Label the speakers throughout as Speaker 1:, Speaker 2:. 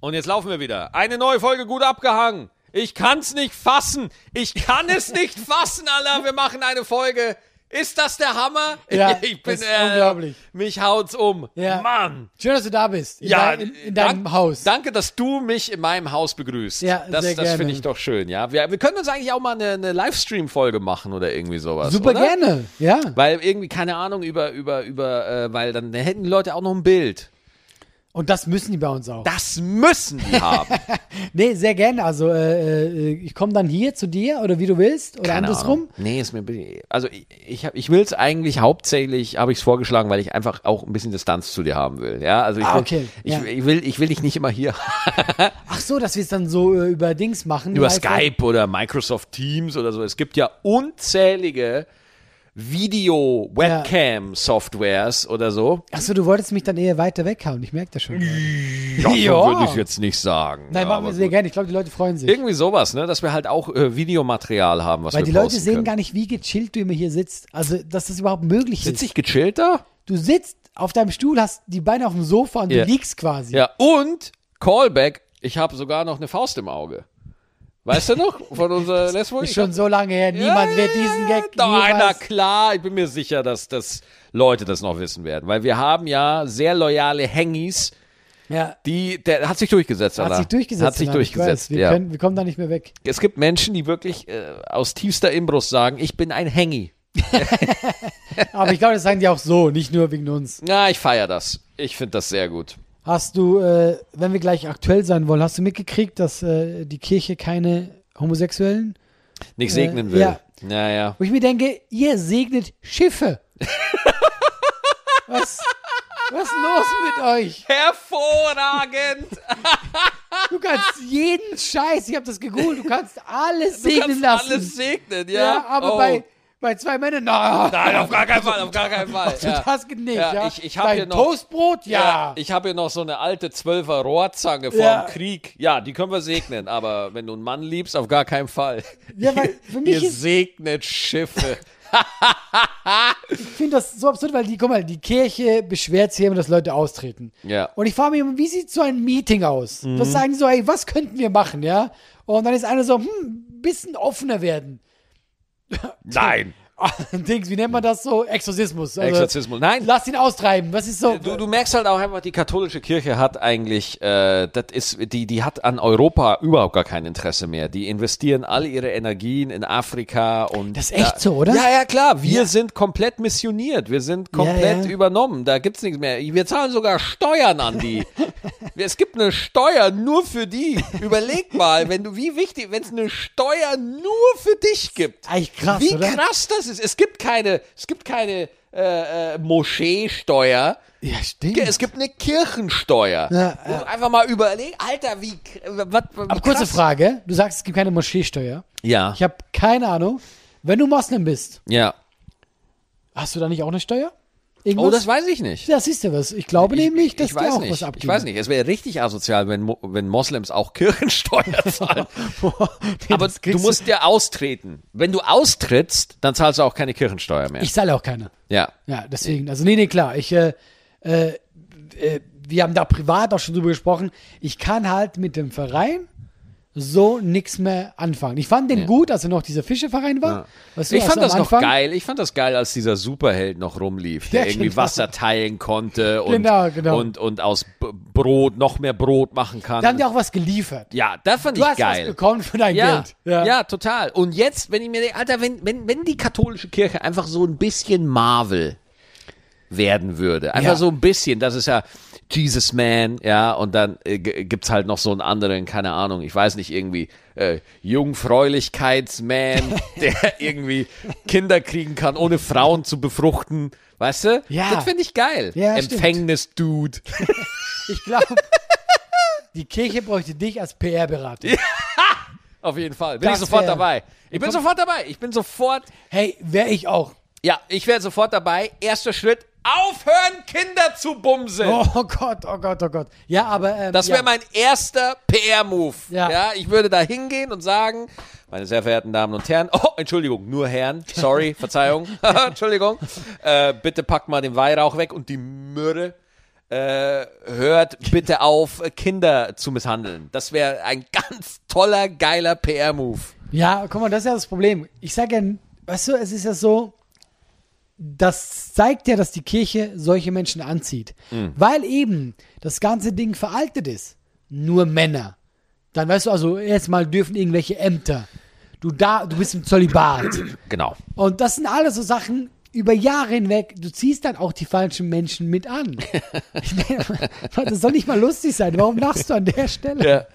Speaker 1: Und jetzt laufen wir wieder. Eine neue Folge gut abgehangen. Ich kann's nicht fassen. Ich kann es nicht fassen, Alter. Wir machen eine Folge. Ist das der Hammer?
Speaker 2: Ja,
Speaker 1: ich bin äh,
Speaker 2: ist unglaublich.
Speaker 1: Mich haut's um.
Speaker 2: Ja.
Speaker 1: Mann.
Speaker 2: Schön, dass du da bist. In dein- in, in
Speaker 1: dank-
Speaker 2: deinem Haus.
Speaker 1: Danke, dass du mich in meinem Haus begrüßt.
Speaker 2: Ja,
Speaker 1: das
Speaker 2: sehr
Speaker 1: das
Speaker 2: gerne.
Speaker 1: finde ich doch schön, ja. Wir, wir können uns eigentlich auch mal eine, eine Livestream-Folge machen oder irgendwie sowas.
Speaker 2: Super
Speaker 1: oder?
Speaker 2: gerne. Ja.
Speaker 1: Weil irgendwie, keine Ahnung, über, über, über, äh, weil dann hätten die Leute auch noch ein Bild.
Speaker 2: Und das müssen die bei uns auch.
Speaker 1: Das müssen die haben.
Speaker 2: Nee, sehr gerne. Also, äh, äh, ich komme dann hier zu dir oder wie du willst oder
Speaker 1: Keine
Speaker 2: andersrum.
Speaker 1: Ahnung. Nee, ist mir also ich ich, hab- ich will es eigentlich hauptsächlich habe ich es vorgeschlagen, weil ich einfach auch ein bisschen Distanz zu dir haben will. Ja, also ich
Speaker 2: Ah,
Speaker 1: will,
Speaker 2: okay,
Speaker 1: ich,
Speaker 2: ja.
Speaker 1: ich will ich will dich nicht immer hier
Speaker 2: Ach so, dass wir es dann so äh, über Dings machen.
Speaker 1: über
Speaker 2: Live-
Speaker 1: Skype oder Microsoft Teams oder so. Es gibt ja unzählige Video Webcam Softwares oder so.
Speaker 2: Ach so, du wolltest mich dann eher weiter weghauen. Ich merke das schon.
Speaker 1: Ja, so
Speaker 2: Ja.
Speaker 1: würde ich jetzt nicht sagen.
Speaker 2: Nein,
Speaker 1: ja,
Speaker 2: machen wir
Speaker 1: aber
Speaker 2: sehr
Speaker 1: gut.
Speaker 2: gerne. Ich glaube, die Leute freuen sich.
Speaker 1: irgendwie sowas, ne, dass wir halt auch äh, Videomaterial haben, was
Speaker 2: Weil
Speaker 1: wir
Speaker 2: die Leute
Speaker 1: posten
Speaker 2: sehen
Speaker 1: können.
Speaker 2: gar nicht, wie gechillt du immer hier sitzt. Also, dass das überhaupt möglich
Speaker 1: Sitze
Speaker 2: ist.
Speaker 1: ich gechillt da?
Speaker 2: Du sitzt auf deinem Stuhl, hast die Beine auf dem Sofa und
Speaker 1: Ja.
Speaker 2: du liegst quasi.
Speaker 1: Ja, und Callback, ich habe sogar noch eine Faust im Auge. Weißt du noch von unserer letzten Folge?
Speaker 2: Ist schon so lange her.
Speaker 1: Ja,
Speaker 2: Niemand
Speaker 1: ja,
Speaker 2: wird
Speaker 1: ja,
Speaker 2: diesen
Speaker 1: ja,
Speaker 2: Gag
Speaker 1: Doch, na
Speaker 2: niemals-
Speaker 1: klar, ich bin mir sicher, dass, dass Leute das noch wissen werden. Weil wir haben ja sehr loyale Hangis,
Speaker 2: Ja.
Speaker 1: die, der hat sich durchgesetzt,
Speaker 2: Hat
Speaker 1: Alter.
Speaker 2: sich durchgesetzt.
Speaker 1: Hat sich
Speaker 2: Mann, ich
Speaker 1: durchgesetzt,
Speaker 2: weiß. Wir,
Speaker 1: ja.
Speaker 2: können, wir kommen da nicht mehr weg.
Speaker 1: Es gibt Menschen, die wirklich äh, aus tiefster Inbrust sagen, ich bin ein Hangi.
Speaker 2: Aber ich glaube, das sagen die auch so, nicht nur wegen uns.
Speaker 1: Na, ich feiere das. Ich finde das sehr gut.
Speaker 2: Hast du, äh, wenn wir gleich aktuell sein wollen, hast du mitgekriegt, dass äh, die Kirche keine Homosexuellen?
Speaker 1: Nicht segnen will.
Speaker 2: ja.
Speaker 1: Naja.
Speaker 2: Wo ich mir denke, ihr segnet Schiffe. was, was ist los mit euch?
Speaker 1: Hervorragend!
Speaker 2: Du kannst jeden Scheiß, ich habe das gegoogelt, du kannst alles
Speaker 1: Du
Speaker 2: segnen
Speaker 1: kannst
Speaker 2: lassen.
Speaker 1: alles segnen, ja.
Speaker 2: ja, aber
Speaker 1: Oh.
Speaker 2: bei, bei zwei Männern, na,
Speaker 1: Nein, auf gar keinen Fall, auf gar keinen Fall. Ja.
Speaker 2: das geht nicht.
Speaker 1: Ja,
Speaker 2: Ja,
Speaker 1: ich- ich hab
Speaker 2: Dein
Speaker 1: hier noch-
Speaker 2: Toastbrot, ja.
Speaker 1: ich habe hier noch so eine alte Zwölfer Rohrzange vom
Speaker 2: Ja.
Speaker 1: Krieg. Ja, die können wir segnen, aber wenn du einen Mann liebst, auf gar keinen Fall.
Speaker 2: Ja, weil für mich
Speaker 1: Ihr
Speaker 2: ist-
Speaker 1: segnet Schiffe.
Speaker 2: Ich finde das so absurd, weil die, guck mal, die Kirche beschwert sich immer, dass Leute austreten.
Speaker 1: Ja. Mhm.
Speaker 2: Und ich frage mich immer, wie sieht so ein Meeting aus? Was sagen die so, ey, was könnten wir machen, ja? Und dann ist einer so, hm, bisschen offener werden.
Speaker 1: Nein.
Speaker 2: Dings, wie nennt man das so? Exorzismus. Also,
Speaker 1: Exorzismus. Nein.
Speaker 2: Lass ihn austreiben. Was ist so?
Speaker 1: Du, du merkst halt auch einfach, die katholische Kirche hat eigentlich, äh, das ist, die, die hat an Europa überhaupt gar kein Interesse mehr. Die investieren all ihre Energien in Afrika und.
Speaker 2: Das ist echt so, oder?
Speaker 1: Ja, ja, klar. Wir sind komplett missioniert. Wir sind komplett
Speaker 2: ja.
Speaker 1: übernommen. Da gibt's nichts mehr. Wir zahlen sogar Steuern an die. es gibt eine Steuer nur für die. Überleg mal, wenn du, wie wichtig, wenn es eine Steuer nur für dich gibt.
Speaker 2: Eigentlich krass,
Speaker 1: Wie
Speaker 2: oder?
Speaker 1: krass das ist. Es gibt keine, es gibt keine, äh, äh, Moscheesteuer.
Speaker 2: ja, stimmt.
Speaker 1: Ja, Es gibt eine Kirchensteuer.
Speaker 2: Ja,
Speaker 1: Muss einfach mal überlegen, Alter, wie. k- Was, was,
Speaker 2: Aber kurze Frage. Du sagst, es gibt keine Moscheesteuer.
Speaker 1: Ja.
Speaker 2: Ich habe keine Ahnung. Wenn du Moslem bist,
Speaker 1: ja.
Speaker 2: hast du da nicht auch eine Steuer?
Speaker 1: Oh,
Speaker 2: Irgendwas?
Speaker 1: das weiß ich nicht.
Speaker 2: das ist ja was. Ich glaube nämlich, dass
Speaker 1: ich
Speaker 2: die
Speaker 1: weiß
Speaker 2: auch
Speaker 1: nicht.
Speaker 2: was abgeben.
Speaker 1: Ich weiß nicht. Es wäre richtig asozial, wenn, Mo- wenn Moslems auch Kirchensteuer zahlen.
Speaker 2: Nee,
Speaker 1: Aber
Speaker 2: das
Speaker 1: du
Speaker 2: kriegst
Speaker 1: musst ja austreten. Wenn du austrittst, dann zahlst du auch keine Kirchensteuer mehr.
Speaker 2: Ich zahle auch keine.
Speaker 1: ja.
Speaker 2: Ja, deswegen. Also, nee, nee, klar. Ich, äh, äh, äh, wir haben da privat auch schon drüber gesprochen. Ich kann halt mit dem Verein so nichts mehr anfangen. Ich fand den gut, als er noch dieser Fischeverein war. Weißt du,
Speaker 1: Ich
Speaker 2: als
Speaker 1: fand
Speaker 2: er am
Speaker 1: das noch
Speaker 2: Anfang-
Speaker 1: geil. Ich fand das geil, als dieser Superheld noch rumlief, der
Speaker 2: Ja,
Speaker 1: irgendwie
Speaker 2: genau.
Speaker 1: Wasser teilen konnte und,
Speaker 2: Genau, genau.
Speaker 1: und, und aus B Brot noch mehr Brot machen kann.
Speaker 2: Da haben die auch was geliefert.
Speaker 1: ja, das fand
Speaker 2: Du
Speaker 1: ich
Speaker 2: hast
Speaker 1: geil.
Speaker 2: was bekommen für dein
Speaker 1: Ja,
Speaker 2: Geld.
Speaker 1: ja. total. Und jetzt, wenn ich mir denke, Alter, wenn, wenn, wenn die katholische Kirche einfach so ein bisschen Marvel werden würde, einfach
Speaker 2: Ja.
Speaker 1: so ein bisschen, das ist ja Jesus Man, ja, und dann äh, g- gibt's halt noch so einen anderen, keine Ahnung, ich weiß nicht, irgendwie äh, Jungfräulichkeitsman, der irgendwie Kinder kriegen kann, ohne Frauen zu befruchten, weißt du?
Speaker 2: Ja.
Speaker 1: Das finde ich geil.
Speaker 2: Ja, stimmt.
Speaker 1: Empfängnis-Dude.
Speaker 2: Ich glaube, die Kirche bräuchte dich als PR-Berater.
Speaker 1: Auf jeden Fall. Bin
Speaker 2: Das
Speaker 1: ich sofort
Speaker 2: wär-
Speaker 1: dabei. Ich bin sofort dabei. Ich bin sofort
Speaker 2: Hey, wäre ich auch.
Speaker 1: Ja, ich wäre sofort dabei. Erster Schritt: Aufhören, Kinder zu bumsen.
Speaker 2: Oh Gott, oh Gott, oh Gott. Ja, aber. Ähm,
Speaker 1: Das wäre
Speaker 2: ja.
Speaker 1: mein erster PR-Move. Ja.
Speaker 2: Ja.
Speaker 1: ich würde da hingehen und sagen, meine sehr verehrten Damen und Herren, oh, Entschuldigung, nur Herren, sorry, Verzeihung, Entschuldigung, äh, bitte packt mal den Weihrauch weg und die Myrrhe. äh, hört bitte auf, äh, Kinder zu misshandeln. Das wäre ein ganz toller, geiler PR-Move.
Speaker 2: Ja, guck mal, das ist ja das Problem. Ich sage ja, weißt du, es ist ja so, das zeigt ja, dass die Kirche solche Menschen anzieht. Weil eben das ganze Ding veraltet ist. Nur Männer. Dann weißt du, also erstmal dürfen irgendwelche Ämter. Du da, du bist im Zölibat.
Speaker 1: Genau.
Speaker 2: Und das sind alles so Sachen über Jahre hinweg. Du ziehst dann auch die falschen Menschen mit an. Ich meine, das soll nicht mal lustig sein. Warum lachst du an der Stelle?
Speaker 1: Ja.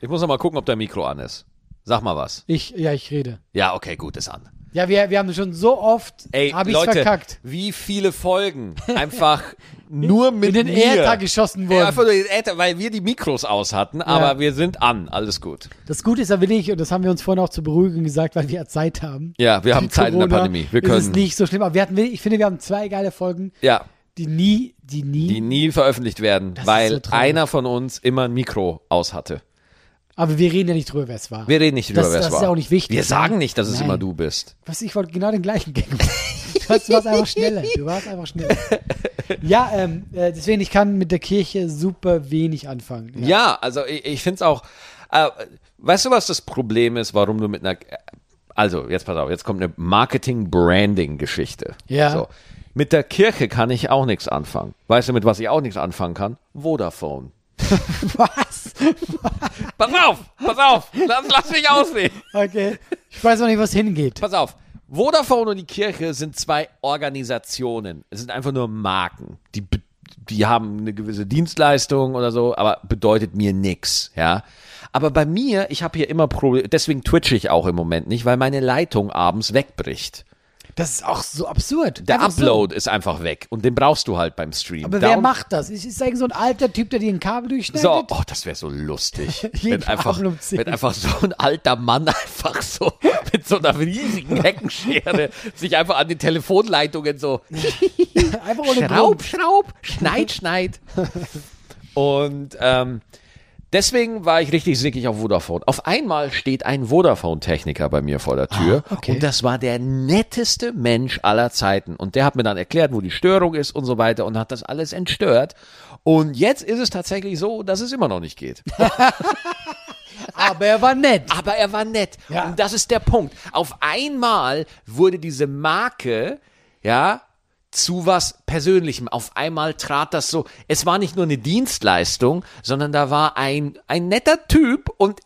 Speaker 1: Ich muss noch mal gucken, ob dein Mikro an ist. Sag mal was.
Speaker 2: Ich, ja, ich rede.
Speaker 1: Ja, okay, gut, ist an.
Speaker 2: Ja, wir, wir haben schon so oft,
Speaker 1: Ey,
Speaker 2: habe ich
Speaker 1: Leute,
Speaker 2: verkackt.
Speaker 1: wie viele Folgen einfach nur mit
Speaker 2: In den
Speaker 1: mir.
Speaker 2: Äther geschossen
Speaker 1: Ja,
Speaker 2: worden.
Speaker 1: einfach nur in den Äther, weil wir die Mikros aus hatten, aber wir sind an, alles gut.
Speaker 2: Das Gute ist ja wirklich, und das haben wir uns vorhin auch zur Beruhigung gesagt, weil wir ja Zeit haben.
Speaker 1: Ja, wir haben Zeit in der Pandemie. Wir
Speaker 2: Ist es
Speaker 1: können,
Speaker 2: nicht so schlimm, aber wir hatten, wirklich- ich finde, wir haben zwei geile Folgen,
Speaker 1: ja,
Speaker 2: die nie, die nie,
Speaker 1: die nie veröffentlicht werden,
Speaker 2: ist
Speaker 1: weil
Speaker 2: so traurig.
Speaker 1: einer von uns immer ein Mikro aus hatte.
Speaker 2: aber wir reden ja nicht drüber, wer es war.
Speaker 1: Wir reden nicht
Speaker 2: Das-
Speaker 1: drüber, wer
Speaker 2: das
Speaker 1: es
Speaker 2: ist
Speaker 1: war.
Speaker 2: ja auch nicht wichtig.
Speaker 1: Wir sagen nicht, dass es
Speaker 2: Nein.
Speaker 1: immer du bist.
Speaker 2: Was, ich wollte genau den gleichen Gag machen. Du warst, du warst einfach schneller. Du warst einfach schneller. Ja, ähm, äh, deswegen, ich kann mit der Kirche super wenig anfangen.
Speaker 1: Ja, also ich, ich finde es auch. Äh, weißt du, was das Problem ist, warum du mit einer. Also, jetzt pass auf, jetzt kommt eine Marketing-Branding-Geschichte.
Speaker 2: Ja.
Speaker 1: So. Mit der Kirche kann ich auch nichts anfangen. Weißt du, mit was ich auch nichts anfangen kann? Vodafone.
Speaker 2: Was?
Speaker 1: Pass auf, pass auf, lass, lass mich ausreden.
Speaker 2: Okay. Ich weiß auch nicht, was hingeht.
Speaker 1: Pass auf. Vodafone und die Kirche sind zwei Organisationen. Es sind einfach nur Marken. Die, be- die haben eine gewisse Dienstleistung oder so, aber bedeutet mir nix, ja. Aber bei mir, ich habe hier immer Probleme, deswegen twitch ich auch im Moment nicht, weil meine Leitung abends wegbricht.
Speaker 2: Das ist auch so absurd.
Speaker 1: Der
Speaker 2: Einfach so.
Speaker 1: Upload ist einfach weg und den brauchst du halt beim Stream.
Speaker 2: Aber wer
Speaker 1: Darum-
Speaker 2: macht das? Ist, ist da irgend so ein alter Typ, der dir ein Kabel durchschneidet?
Speaker 1: so, oh, das wäre so lustig.
Speaker 2: Jeden
Speaker 1: wenn, einfach,
Speaker 2: Abend um 10.
Speaker 1: wenn einfach so ein alter Mann einfach so mit so einer riesigen Heckenschere sich einfach an die Telefonleitungen so
Speaker 2: Einfach
Speaker 1: Schraub,
Speaker 2: ohne Grund.
Speaker 1: Schraub, Schneid, Schneid. Und ähm, deswegen war ich richtig sickig auf Vodafone. Auf einmal steht ein Vodafone-Techniker bei mir vor der Tür.
Speaker 2: Ah, okay.
Speaker 1: Und das war der netteste Mensch aller Zeiten. Und der hat mir dann erklärt, wo die Störung ist und so weiter und hat das alles entstört. Und jetzt ist es tatsächlich so, dass es immer noch nicht geht.
Speaker 2: Aber er war nett.
Speaker 1: Aber er war nett.
Speaker 2: Ja.
Speaker 1: Und das ist der Punkt. Auf einmal wurde diese Marke, ja, zu was Persönlichem. Auf einmal trat das so. Es war nicht nur eine Dienstleistung, sondern da war ein, ein netter Typ und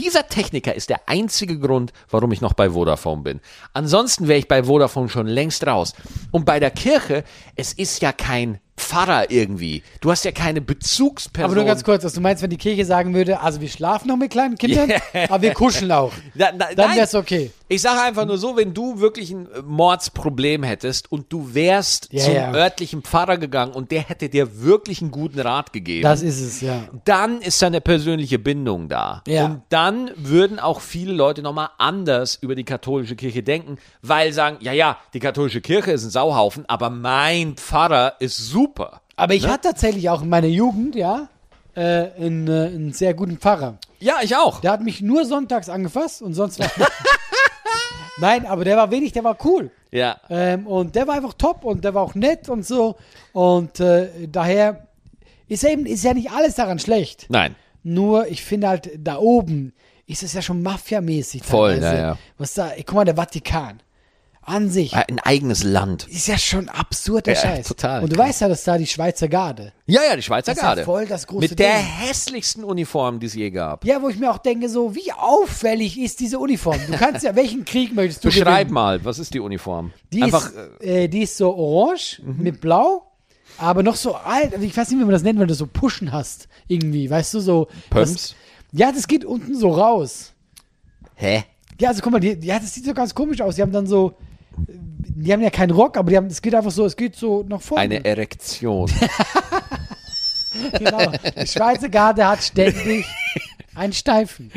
Speaker 1: dieser Techniker ist der einzige Grund, warum ich noch bei Vodafone bin. Ansonsten wäre ich bei Vodafone schon längst raus. Und bei der Kirche, es ist ja kein Pfarrer irgendwie. Du hast ja keine Bezugsperson.
Speaker 2: Aber nur ganz kurz, was du meinst, wenn die Kirche sagen würde, also wir schlafen noch mit kleinen Kindern, aber wir kuscheln auch.
Speaker 1: Na, na,
Speaker 2: Dann
Speaker 1: nein.
Speaker 2: wär's okay.
Speaker 1: Ich sage einfach nur so, wenn du wirklich ein äh, Mordsproblem hättest und du wärst
Speaker 2: Ja,
Speaker 1: zum
Speaker 2: ja.
Speaker 1: örtlichen Pfarrer gegangen und der hätte dir wirklich einen guten Rat gegeben,
Speaker 2: Das ist es, ja.
Speaker 1: dann ist da eine persönliche Bindung da.
Speaker 2: Ja.
Speaker 1: Und dann würden auch viele Leute nochmal anders über die katholische Kirche denken, weil sagen, ja, ja, die katholische Kirche ist ein Sauhaufen, aber mein Pfarrer ist super.
Speaker 2: Aber ich hatte tatsächlich auch in meiner Jugend, ja, äh, einen, äh, einen sehr guten Pfarrer.
Speaker 1: Ja, ich auch.
Speaker 2: Der hat mich nur sonntags angefasst und sonst war. Nein, aber der war wenig, der war cool.
Speaker 1: Ja.
Speaker 2: Ähm, und der war einfach top und der war auch nett und so. Und äh, daher ist eben, ist ja nicht alles daran schlecht.
Speaker 1: Nein.
Speaker 2: Nur, ich finde halt, da oben ist es ja schon mafiamäßig.
Speaker 1: Voll,
Speaker 2: teilweise.
Speaker 1: ja, ja.
Speaker 2: Was da, guck mal, der Vatikan an sich
Speaker 1: äh, Ein eigenes Land.
Speaker 2: ist ja schon absurd, der
Speaker 1: Ja,
Speaker 2: Scheiß.
Speaker 1: total.
Speaker 2: Und du weißt ja, dass da die Schweizer Garde.
Speaker 1: Ja, ja, die Schweizer
Speaker 2: Das ist ja
Speaker 1: Garde.
Speaker 2: voll das große
Speaker 1: Mit der
Speaker 2: Ding.
Speaker 1: hässlichsten Uniform, die es je gab.
Speaker 2: Ja, wo ich mir auch denke, so, wie auffällig ist diese Uniform? Du kannst ja, welchen Krieg möchtest du
Speaker 1: Beschreib
Speaker 2: gewinnen?
Speaker 1: mal, was ist die Uniform?
Speaker 2: Die,
Speaker 1: Einfach, Mhm.
Speaker 2: ist, äh, die ist so orange mit blau, aber noch so alt. Also Ich weiß nicht, wie man das nennt, wenn du so Pushen hast. Irgendwie, weißt du, so.
Speaker 1: Pumps?
Speaker 2: Das, ja, das geht unten so raus.
Speaker 1: hä?
Speaker 2: Ja, also guck mal, die, ja, das sieht so ganz komisch aus. Die haben dann so, die haben ja keinen Rock, aber die haben, es geht einfach so, es geht so nach vorne.
Speaker 1: Eine Erektion.
Speaker 2: genau. Die Schweizer Garde hat ständig einen Steifen.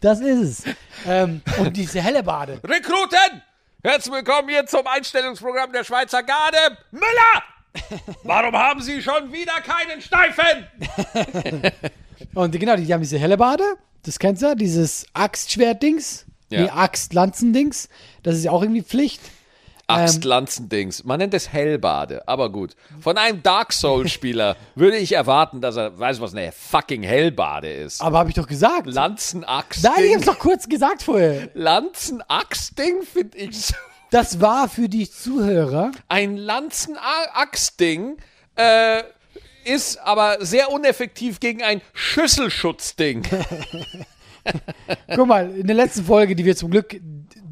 Speaker 2: Das ist es. Ähm, und diese Hellebade.
Speaker 1: Rekruten! Herzlich willkommen hier zum Einstellungsprogramm der Schweizer Garde. Müller! Warum haben Sie schon wieder keinen Steifen?
Speaker 2: Und genau, die, die haben diese Hellebade, das kennst du ja, dieses Axtschwert-Dings,
Speaker 1: Ja.
Speaker 2: die Axt-Lanzen-Dings, das ist ja auch irgendwie Pflicht.
Speaker 1: Ähm. Axtlanzendings. Man nennt es Hellbade, aber gut. Von einem Dark Souls-Spieler würde ich erwarten, dass er weiß, was eine fucking Hellbade ist.
Speaker 2: Aber habe ich doch gesagt.
Speaker 1: Lanzenaxt.
Speaker 2: Nein, ich hab's doch kurz gesagt vorher.
Speaker 1: Lanzenaxtding finde ich so.
Speaker 2: Das war für die Zuhörer.
Speaker 1: Ein Lanzenaxtding äh, ist aber sehr uneffektiv gegen ein Schüsselschutzding.
Speaker 2: Guck mal, in der letzten Folge, die wir zum Glück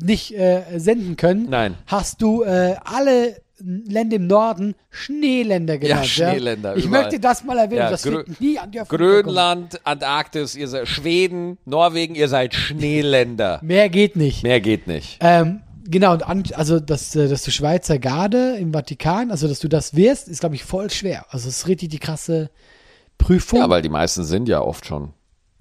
Speaker 2: nicht äh, senden können,
Speaker 1: Nein.
Speaker 2: hast du äh, alle Länder im Norden Schneeländer genannt.
Speaker 1: Schneeländer,
Speaker 2: Ich
Speaker 1: überall.
Speaker 2: möchte das mal erwähnen.
Speaker 1: Ja,
Speaker 2: das
Speaker 1: Grö-
Speaker 2: wird nie an dir vorbeikommen.
Speaker 1: Grönland, Antarktis, ihr seid Schweden, Norwegen, ihr seid Schneeländer.
Speaker 2: Mehr geht nicht.
Speaker 1: Mehr geht nicht.
Speaker 2: Ähm, genau, und an, also dass, äh, dass du Schweizer Garde im Vatikan, also dass du das wirst, ist, glaube ich, voll schwer. Also es ist richtig die krasse Prüfung.
Speaker 1: Ja, weil die meisten sind ja oft schon.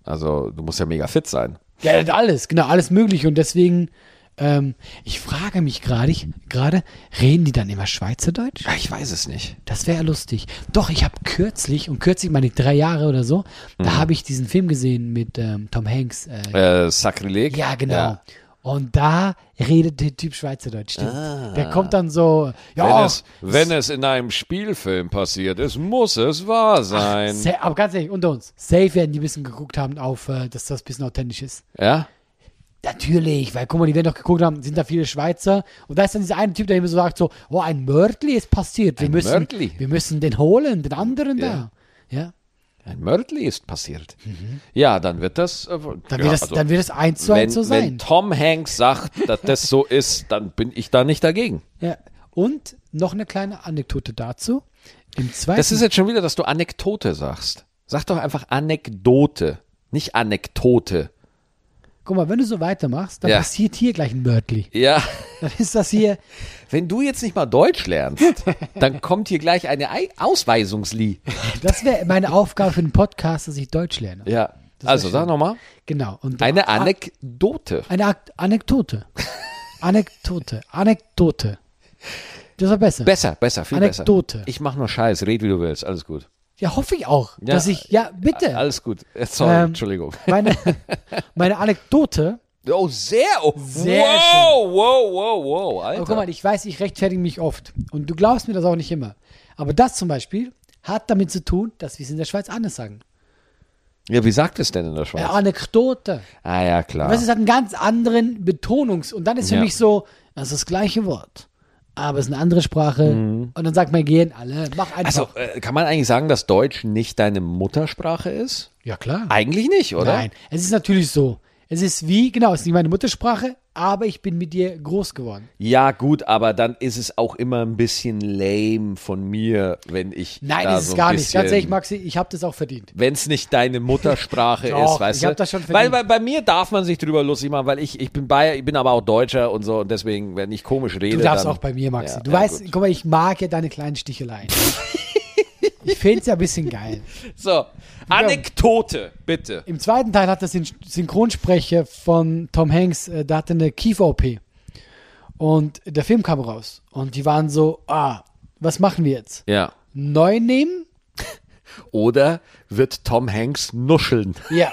Speaker 1: Also du musst ja mega fit sein.
Speaker 2: Ja, das alles, genau, alles mögliche. Und deswegen, ähm, ich frage mich gerade, ich- gerade, reden die dann immer Schweizerdeutsch?
Speaker 1: Ja, Ich weiß es nicht.
Speaker 2: Das wäre lustig. Doch, ich habe kürzlich, und kürzlich meine drei Jahre oder so, da
Speaker 1: Mhm.
Speaker 2: habe ich diesen Film gesehen mit ähm, Tom Hanks. Äh,
Speaker 1: Äh, Sakrileg?
Speaker 2: ja, genau. Und da redet der Typ Schweizerdeutsch. Stimmt. Der kommt dann so, ja,
Speaker 1: Ah. Wenn, es, wenn es in einem Spielfilm passiert ist, muss es wahr sein.
Speaker 2: sa- aber ganz ehrlich, unter uns, safe werden die ein bisschen geguckt haben auf, äh, dass das ein bisschen authentisch ist.
Speaker 1: ja?
Speaker 2: Natürlich, weil guck mal, die werden doch geguckt haben, sind da viele Schweizer. Und da ist dann dieser eine Typ, der immer so sagt so, oh, ein Mörtli ist passiert. Wir,
Speaker 1: Ein
Speaker 2: müssen,
Speaker 1: Mörtli?
Speaker 2: wir müssen den holen, den anderen
Speaker 1: Ja.
Speaker 2: da. Ja,
Speaker 1: Ein Mördli ist passiert. Ja, dann wird das. Äh,
Speaker 2: Mhm. dann,
Speaker 1: ja,
Speaker 2: wird das,
Speaker 1: also,
Speaker 2: dann wird das eins zu
Speaker 1: wenn,
Speaker 2: eins so
Speaker 1: wenn
Speaker 2: sein.
Speaker 1: Tom Hanks sagt, dass das so ist, dann bin ich da nicht dagegen.
Speaker 2: Ja. Und noch eine kleine Anekdote dazu. Im zweiten,
Speaker 1: Das ist jetzt schon wieder, dass du Anekdote sagst. Sag doch einfach Anekdote, nicht Anekdote.
Speaker 2: guck mal, wenn du so weitermachst, dann
Speaker 1: Ja.
Speaker 2: passiert hier gleich ein Mörtli.
Speaker 1: Ja,
Speaker 2: Dann ist das hier,
Speaker 1: wenn du jetzt nicht mal Deutsch lernst, dann kommt hier gleich eine Ei- Ausweisungslie.
Speaker 2: das wäre meine Aufgabe für den Podcast, dass ich Deutsch lerne.
Speaker 1: Ja,
Speaker 2: wär
Speaker 1: also sag
Speaker 2: schön.
Speaker 1: nochmal.
Speaker 2: Genau. Und
Speaker 1: Eine Anekdote.
Speaker 2: Eine Ak Anekdote. Anekdote. Anekdote. Das war besser.
Speaker 1: Besser, besser, viel
Speaker 2: Anekdote.
Speaker 1: besser. Ich mach nur Scheiß, red wie du willst, alles gut.
Speaker 2: ja, hoffe ich auch,
Speaker 1: Ja,
Speaker 2: dass ich, ja, bitte.
Speaker 1: Alles gut. Äh, Sorry,
Speaker 2: Ähm,
Speaker 1: Entschuldigung.
Speaker 2: Meine, meine Anekdote,
Speaker 1: Oh, sehr, oh,
Speaker 2: Sehr
Speaker 1: wow,
Speaker 2: schön.
Speaker 1: wow, wow, wow,
Speaker 2: aber
Speaker 1: Alter.
Speaker 2: guck mal, ich weiß, ich rechtfertige mich oft. Und du glaubst mir das auch nicht immer. Aber das zum Beispiel hat damit zu tun, dass wir es in der Schweiz anders sagen.
Speaker 1: ja, wie sagt es denn in der
Speaker 2: Äh,
Speaker 1: Schweiz?
Speaker 2: Anekdote.
Speaker 1: ah ja, klar.
Speaker 2: Weißt du, es hat einen ganz anderen Betonungs- und dann ist für
Speaker 1: Ja.
Speaker 2: mich so, das ist das gleiche Wort. Aber es ist eine andere Sprache. Und dann sagt mein Gehirn alle, mach einfach.
Speaker 1: Mhm. also, äh, kann man eigentlich sagen, dass Deutsch nicht deine Muttersprache ist?
Speaker 2: ja, klar.
Speaker 1: Eigentlich nicht, oder?
Speaker 2: Nein, es ist natürlich so. Es ist wie, genau, es ist nicht meine Muttersprache, aber ich bin mit dir groß geworden.
Speaker 1: Ja, gut, aber dann ist es auch immer ein bisschen lame von mir, wenn ich.
Speaker 2: Nein,
Speaker 1: da
Speaker 2: ist es
Speaker 1: so ein
Speaker 2: gar nicht.
Speaker 1: bisschen,
Speaker 2: Ganz ehrlich, Maxi, ich habe das auch verdient.
Speaker 1: Wenn es nicht deine Muttersprache
Speaker 2: Doch,
Speaker 1: ist, weißt
Speaker 2: ich
Speaker 1: du?
Speaker 2: hab das schon
Speaker 1: weil,
Speaker 2: verdient.
Speaker 1: weil bei mir darf man sich drüber lustig machen, weil ich, ich bin Bayer, ich bin aber auch Deutscher und so und deswegen, wenn ich komisch rede.
Speaker 2: Du darfst
Speaker 1: dann,
Speaker 2: auch bei mir, Maxi.
Speaker 1: Ja,
Speaker 2: du
Speaker 1: ja,
Speaker 2: weißt,
Speaker 1: gut.
Speaker 2: guck mal, ich mag ja deine kleinen Sticheleien. ich finde es ja ein bisschen geil.
Speaker 1: So, Anekdote, bitte.
Speaker 2: Im zweiten Teil hat das Syn Synchronsprecher von Tom Hanks, äh, da hatte eine Kiefer-OP. Und der Film kam raus. Und die waren so, ah, was machen wir jetzt?
Speaker 1: Ja.
Speaker 2: Neu nehmen?
Speaker 1: Oder wird Tom Hanks nuscheln?
Speaker 2: Ja.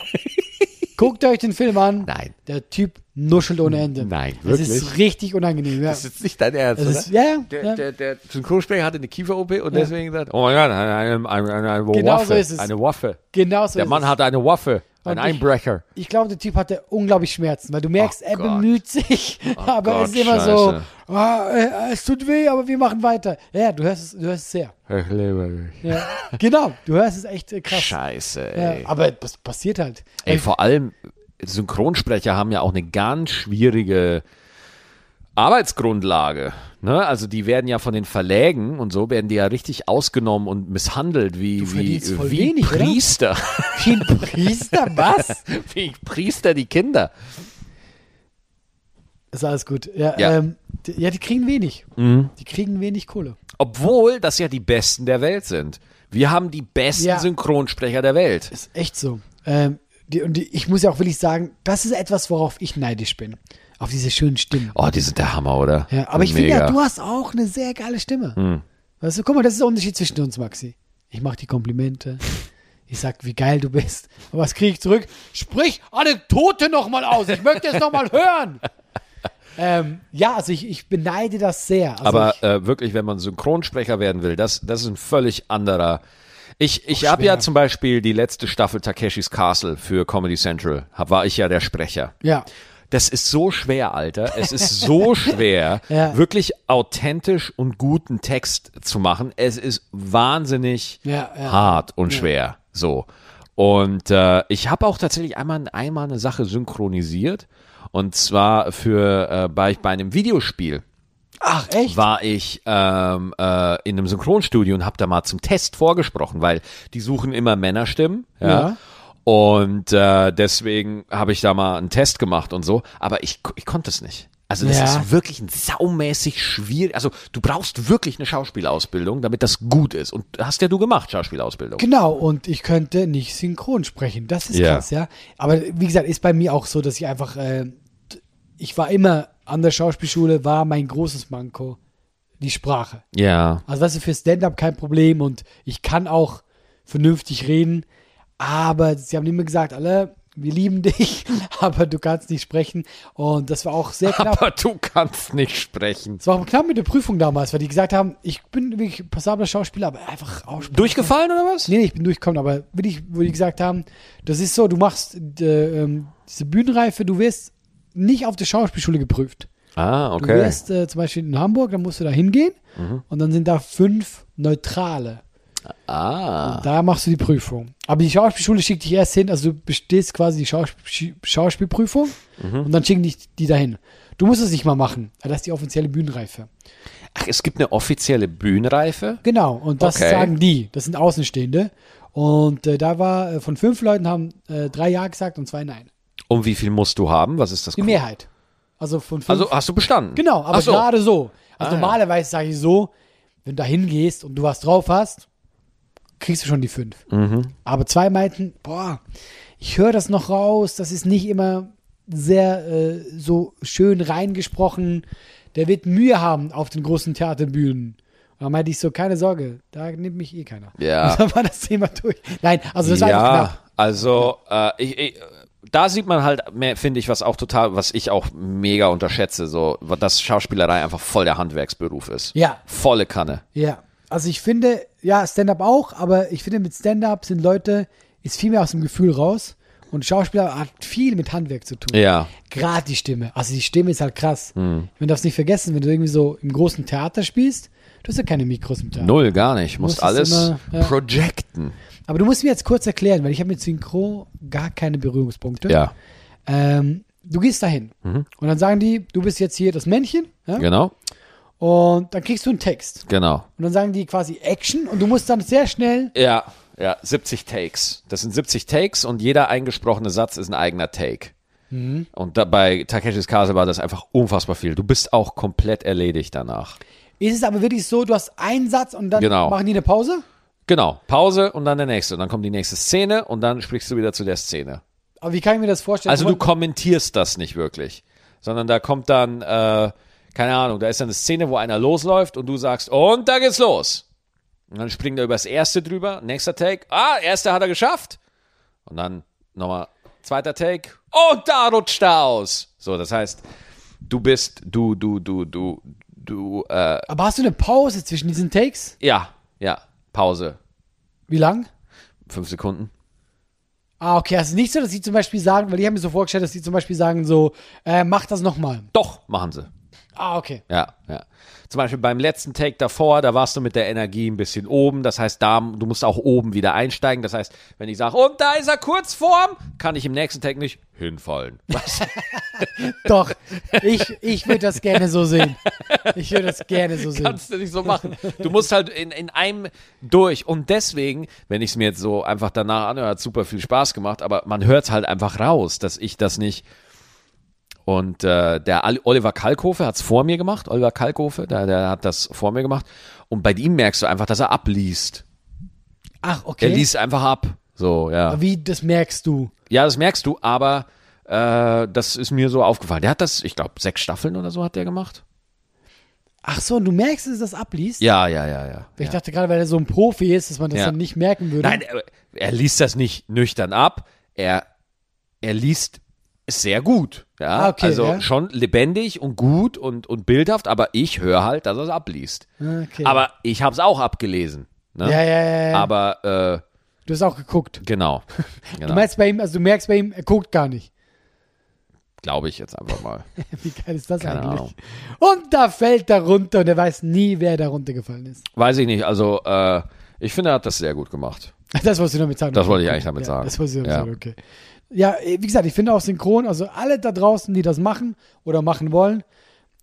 Speaker 2: Guckt euch den Film an.
Speaker 1: Nein.
Speaker 2: Der Typ nuschelt ohne Ende.
Speaker 1: Nein,
Speaker 2: Das ist
Speaker 1: wirklich?
Speaker 2: richtig unangenehm, ja.
Speaker 1: Das ist jetzt nicht dein Ernst,
Speaker 2: Das
Speaker 1: oder?
Speaker 2: ist- ja, ja,
Speaker 1: der,
Speaker 2: ja.
Speaker 1: Der, der Synchronsprecher hatte eine Kiefer-OP und deswegen sagt, oh mein Gott, eine, eine, eine, eine
Speaker 2: Genau
Speaker 1: Waffe.
Speaker 2: so ist es.
Speaker 1: Eine Waffe.
Speaker 2: genau so
Speaker 1: Der
Speaker 2: ist
Speaker 1: Mann
Speaker 2: es.
Speaker 1: hat eine Waffe. Ein
Speaker 2: Und ich-
Speaker 1: Einbrecher.
Speaker 2: Ich glaube, der Typ hatte unglaublich Schmerzen, weil du merkst,
Speaker 1: Oh
Speaker 2: er
Speaker 1: Gott.
Speaker 2: bemüht sich, aber
Speaker 1: Gott,
Speaker 2: es ist immer
Speaker 1: Scheiße.
Speaker 2: so, ah, äh, es tut weh, aber wir machen weiter. Ja, du hörst es, du hörst es sehr.
Speaker 1: Ich liebe dich.
Speaker 2: Ja. genau, du hörst es echt äh, krass.
Speaker 1: Scheiße, ey.
Speaker 2: Ja, aber das passiert halt.
Speaker 1: Ey, vor allem Synchronsprecher haben ja auch eine ganz schwierige Arbeitsgrundlage. Ne? Also die werden ja von den Verlägen und so werden die ja richtig ausgenommen und misshandelt wie, wie,
Speaker 2: verdienst voll
Speaker 1: wie
Speaker 2: wenig, oder?
Speaker 1: Priester.
Speaker 2: Wie ein Priester, was?
Speaker 1: wie Priester die Kinder.
Speaker 2: Ist alles gut. Ja,
Speaker 1: Ja. Mhm.
Speaker 2: Ähm, die, ja die kriegen wenig. Die kriegen wenig Kohle.
Speaker 1: Obwohl das ja die Besten der Welt sind. Wir haben die besten
Speaker 2: Ja.
Speaker 1: Synchronsprecher der Welt.
Speaker 2: Ist echt so. Ähm, die, und die, ich muss ja auch wirklich sagen, das ist etwas, worauf ich neidisch bin. Auf diese schönen Stimmen.
Speaker 1: Oh, die sind der Hammer, oder?
Speaker 2: Ja, aber ich finde
Speaker 1: Mega. Hm.
Speaker 2: ja, du hast auch eine sehr geile Stimme. Weißt du, guck mal, das ist der Unterschied zwischen uns, Maxi. Ich mache die Komplimente. Ich sag, wie geil du bist. Aber was kriege ich zurück? Sprich Anekdote nochmal aus. Ich möchte es nochmal hören. Ähm, ja, also ich, ich beneide das sehr. Also
Speaker 1: Aber
Speaker 2: ich,
Speaker 1: äh, wirklich, wenn man Synchronsprecher werden will, das, das ist ein völlig anderer. Ich, ich habe ja
Speaker 2: Oh, schwer.
Speaker 1: zum Beispiel die letzte Staffel Takeshis Castle für Comedy Central, hab, war ich ja der Sprecher.
Speaker 2: ja.
Speaker 1: Das ist so schwer, Alter. Es ist so schwer,
Speaker 2: Ja.
Speaker 1: wirklich authentisch und guten Text zu machen. Es ist wahnsinnig
Speaker 2: Ja, ja.
Speaker 1: hart und schwer. So. Und äh, ich habe auch tatsächlich einmal, einmal eine Sache synchronisiert. Und zwar für äh, bei, bei einem Videospiel
Speaker 2: Ach, echt?
Speaker 1: war ich ähm, äh, in einem Synchronstudio und habe da mal zum Test vorgesprochen, weil die suchen immer Männerstimmen. Ja.
Speaker 2: Ja.
Speaker 1: Und äh, deswegen habe ich da mal einen Test gemacht und so, aber ich, ich konnte es nicht. Also das
Speaker 2: Ja.
Speaker 1: ist wirklich ein saumäßig schwierig. Also du brauchst wirklich eine Schauspielausbildung, damit das gut ist. Und hast ja du gemacht, Schauspielausbildung.
Speaker 2: Genau, und ich könnte nicht synchron sprechen. Das ist
Speaker 1: Ja.
Speaker 2: krass, ja. Aber wie gesagt, ist bei mir auch so, dass ich einfach, äh, d- ich war immer an der Schauspielschule, war mein großes Manko die Sprache.
Speaker 1: Ja.
Speaker 2: Also weißt du, für Stand-up kein Problem und ich kann auch vernünftig reden, aber sie haben immer gesagt, alle, wir lieben dich, aber du kannst nicht sprechen und das war auch sehr knapp.
Speaker 1: Aber du kannst nicht sprechen.
Speaker 2: Es war auch knapp mit der Prüfung damals, weil die gesagt haben, ich bin wirklich passabler Schauspieler, aber einfach aussprechen.
Speaker 1: Durchgefallen oder was?
Speaker 2: Nee, nee, ich bin durchgekommen, aber wie die, wo die gesagt haben, das ist so, du machst äh, ähm, diese Bühnenreife, du wirst nicht auf der Schauspielschule geprüft.
Speaker 1: Ah,
Speaker 2: Du
Speaker 1: okay. Mhm.
Speaker 2: wirst äh, zum Beispiel in Hamburg, dann musst du da hingehen und dann sind da fünf Neutrale.
Speaker 1: Ah.
Speaker 2: Da machst du die Prüfung. Aber die Schauspielschule schickt dich erst hin, also du bestehst quasi die Schauspiel Schauspielprüfung
Speaker 1: Mhm.
Speaker 2: und dann schicken dich die dahin. Du musst es nicht mal machen, weil das ist die offizielle Bühnenreife.
Speaker 1: Ach, es gibt eine offizielle Bühnenreife?
Speaker 2: Genau, und das
Speaker 1: Okay.
Speaker 2: sagen die. Das sind Außenstehende. Und äh, da war, äh, von fünf Leuten haben äh, drei Ja gesagt und zwei Nein.
Speaker 1: Um wie viel musst du haben? Was ist das?
Speaker 2: Die Mehrheit. Also von fünf.
Speaker 1: Also hast du bestanden?
Speaker 2: genau, aber
Speaker 1: Ach so.
Speaker 2: gerade so. Also
Speaker 1: Ah, ja.
Speaker 2: normalerweise sage ich so, wenn du da hingehst und du was drauf hast, kriegst du schon die fünf.
Speaker 1: Mhm.
Speaker 2: Aber zwei meinten, boah, ich höre das noch raus, das ist nicht immer sehr äh, so schön reingesprochen. Der wird Mühe haben auf den großen Theaterbühnen. Und dann meinte ich so, keine Sorge, da nimmt mich eh keiner.
Speaker 1: Ja.
Speaker 2: Und dann war das Thema durch. Nein, also das war einfach
Speaker 1: ja,
Speaker 2: knapp.
Speaker 1: also äh, ich, ich, da sieht man halt, mehr, finde ich, was auch total, was ich auch mega unterschätze, so, dass Schauspielerei einfach voll der Handwerksberuf ist.
Speaker 2: Ja.
Speaker 1: Volle Kanne.
Speaker 2: Ja. Also ich finde, ja, Stand-up auch, aber ich finde, mit Stand-up sind Leute, ist viel mehr aus dem Gefühl raus. Und Schauspieler hat viel mit Handwerk zu tun.
Speaker 1: Ja. Hm.
Speaker 2: Gerade die Stimme. Also die Stimme ist halt krass. Man darf es nicht vergessen, wenn du irgendwie so im großen Theater spielst, du hast ja keine Mikros im Theater.
Speaker 1: Null, gar nicht. Musst
Speaker 2: Muss es
Speaker 1: alles
Speaker 2: immer, ja.
Speaker 1: projecten.
Speaker 2: Aber du musst mir jetzt kurz erklären, weil ich habe mit Synchro gar keine Berührungspunkte.
Speaker 1: Ja, Mhm.
Speaker 2: Ähm, du gehst dahin und dann sagen die, du bist jetzt hier das Männchen ja?
Speaker 1: genau,
Speaker 2: und dann kriegst du einen Text.
Speaker 1: genau.
Speaker 2: Und dann sagen die quasi Action und du musst dann sehr schnell
Speaker 1: Ja, ja, 70 Takes. Das sind 70 Takes und jeder eingesprochene Satz ist ein eigener Take.
Speaker 2: Mhm.
Speaker 1: Und da, bei Takeshis Castle war das einfach unfassbar viel. Du bist auch komplett erledigt danach.
Speaker 2: Ist es aber wirklich so, du hast einen Satz und dann
Speaker 1: Genau.
Speaker 2: machen die eine Pause?
Speaker 1: Genau, Pause und dann der nächste. Und dann kommt die nächste Szene und dann sprichst du wieder zu der Szene.
Speaker 2: Aber wie kann ich mir das vorstellen?
Speaker 1: Also du
Speaker 2: Guck mal,
Speaker 1: kommentierst das nicht wirklich, sondern da kommt dann, äh, keine Ahnung, da ist dann eine Szene, wo einer losläuft und du sagst, und da geht's los. Und dann springt er über das erste drüber, nächster Take, ah, erster hat er geschafft. Und dann nochmal zweiter Take, und da rutscht er aus. So, das heißt, du bist, du, du, du, du, du, äh,
Speaker 2: aber hast du eine Pause zwischen diesen Takes?
Speaker 1: ja, ja, Pause,
Speaker 2: Wie lang?
Speaker 1: fünf Sekunden.
Speaker 2: Ah, okay, also nicht so, dass die zum Beispiel sagen, weil ich habe mir so vorgestellt, dass die zum Beispiel sagen so, äh, mach das nochmal.
Speaker 1: Doch, machen sie.
Speaker 2: Ah, okay.
Speaker 1: Ja, ja. Zum Beispiel beim letzten Take davor, da warst du mit der Energie ein bisschen oben. Das heißt, da, du musst auch oben wieder einsteigen. Das heißt, wenn ich sage, und da ist er kurz vorm, kann ich im nächsten Take nicht hinfallen. Weißt du?
Speaker 2: Doch, ich, ich würde das gerne so sehen. Ich würde das gerne so sehen.
Speaker 1: kannst du nicht so machen. Du musst halt in, in einem durch. Und deswegen, wenn ich es mir jetzt so einfach danach anhöre, hat super viel Spaß gemacht, aber man hört es halt einfach raus, dass ich das nicht. Und äh, der Al- Oliver Kalkofe hat es vor mir gemacht. Oliver Kalkofe, der, der hat das vor mir gemacht. Und bei ihm merkst du einfach, dass er abliest.
Speaker 2: Ach,
Speaker 1: Er
Speaker 2: okay.
Speaker 1: liest einfach ab. So, ja.
Speaker 2: Wie, das merkst du.
Speaker 1: Ja, das merkst du, aber äh, das ist mir so aufgefallen. Der hat das, ich glaube, sechs Staffeln oder so hat der gemacht.
Speaker 2: Ach so, und du merkst, dass das abliest?
Speaker 1: Ja, ja, ja, ja.
Speaker 2: Ich dachte gerade, weil er so ein Profi ist, dass man das
Speaker 1: Ja.
Speaker 2: dann nicht
Speaker 1: äh,
Speaker 2: merken würde.
Speaker 1: Nein, er, er liest das nicht nüchtern ab. Er, er liest ist sehr gut. Ja,
Speaker 2: Ah, okay,
Speaker 1: also
Speaker 2: ja.
Speaker 1: schon lebendig und gut und, und bildhaft, aber ich höre halt, dass er es abliest.
Speaker 2: Ah, Okay.
Speaker 1: Aber ich habe es auch abgelesen. Ne?
Speaker 2: ja, ja, ja, ja.
Speaker 1: Aber äh,
Speaker 2: Du hast auch geguckt.
Speaker 1: genau, genau
Speaker 2: Du meinst bei ihm, also du merkst bei ihm, er guckt gar nicht.
Speaker 1: glaube ich jetzt einfach mal.
Speaker 2: Wie geil ist das
Speaker 1: Keine
Speaker 2: eigentlich?
Speaker 1: Ahnung.
Speaker 2: Und da fällt er runter und er weiß nie, wer da runtergefallen ist.
Speaker 1: Weiß ich nicht. Also äh, ich finde, er hat das sehr gut gemacht.
Speaker 2: Das wolltest du damit sagen.
Speaker 1: Das
Speaker 2: okay.
Speaker 1: wollte ich eigentlich damit
Speaker 2: ja,
Speaker 1: sagen.
Speaker 2: Das wolltest du damit
Speaker 1: Ja.
Speaker 2: sagen, okay. Ja, äh, wie gesagt, ich finde auch synchron, also alle da draußen, die das machen oder machen wollen,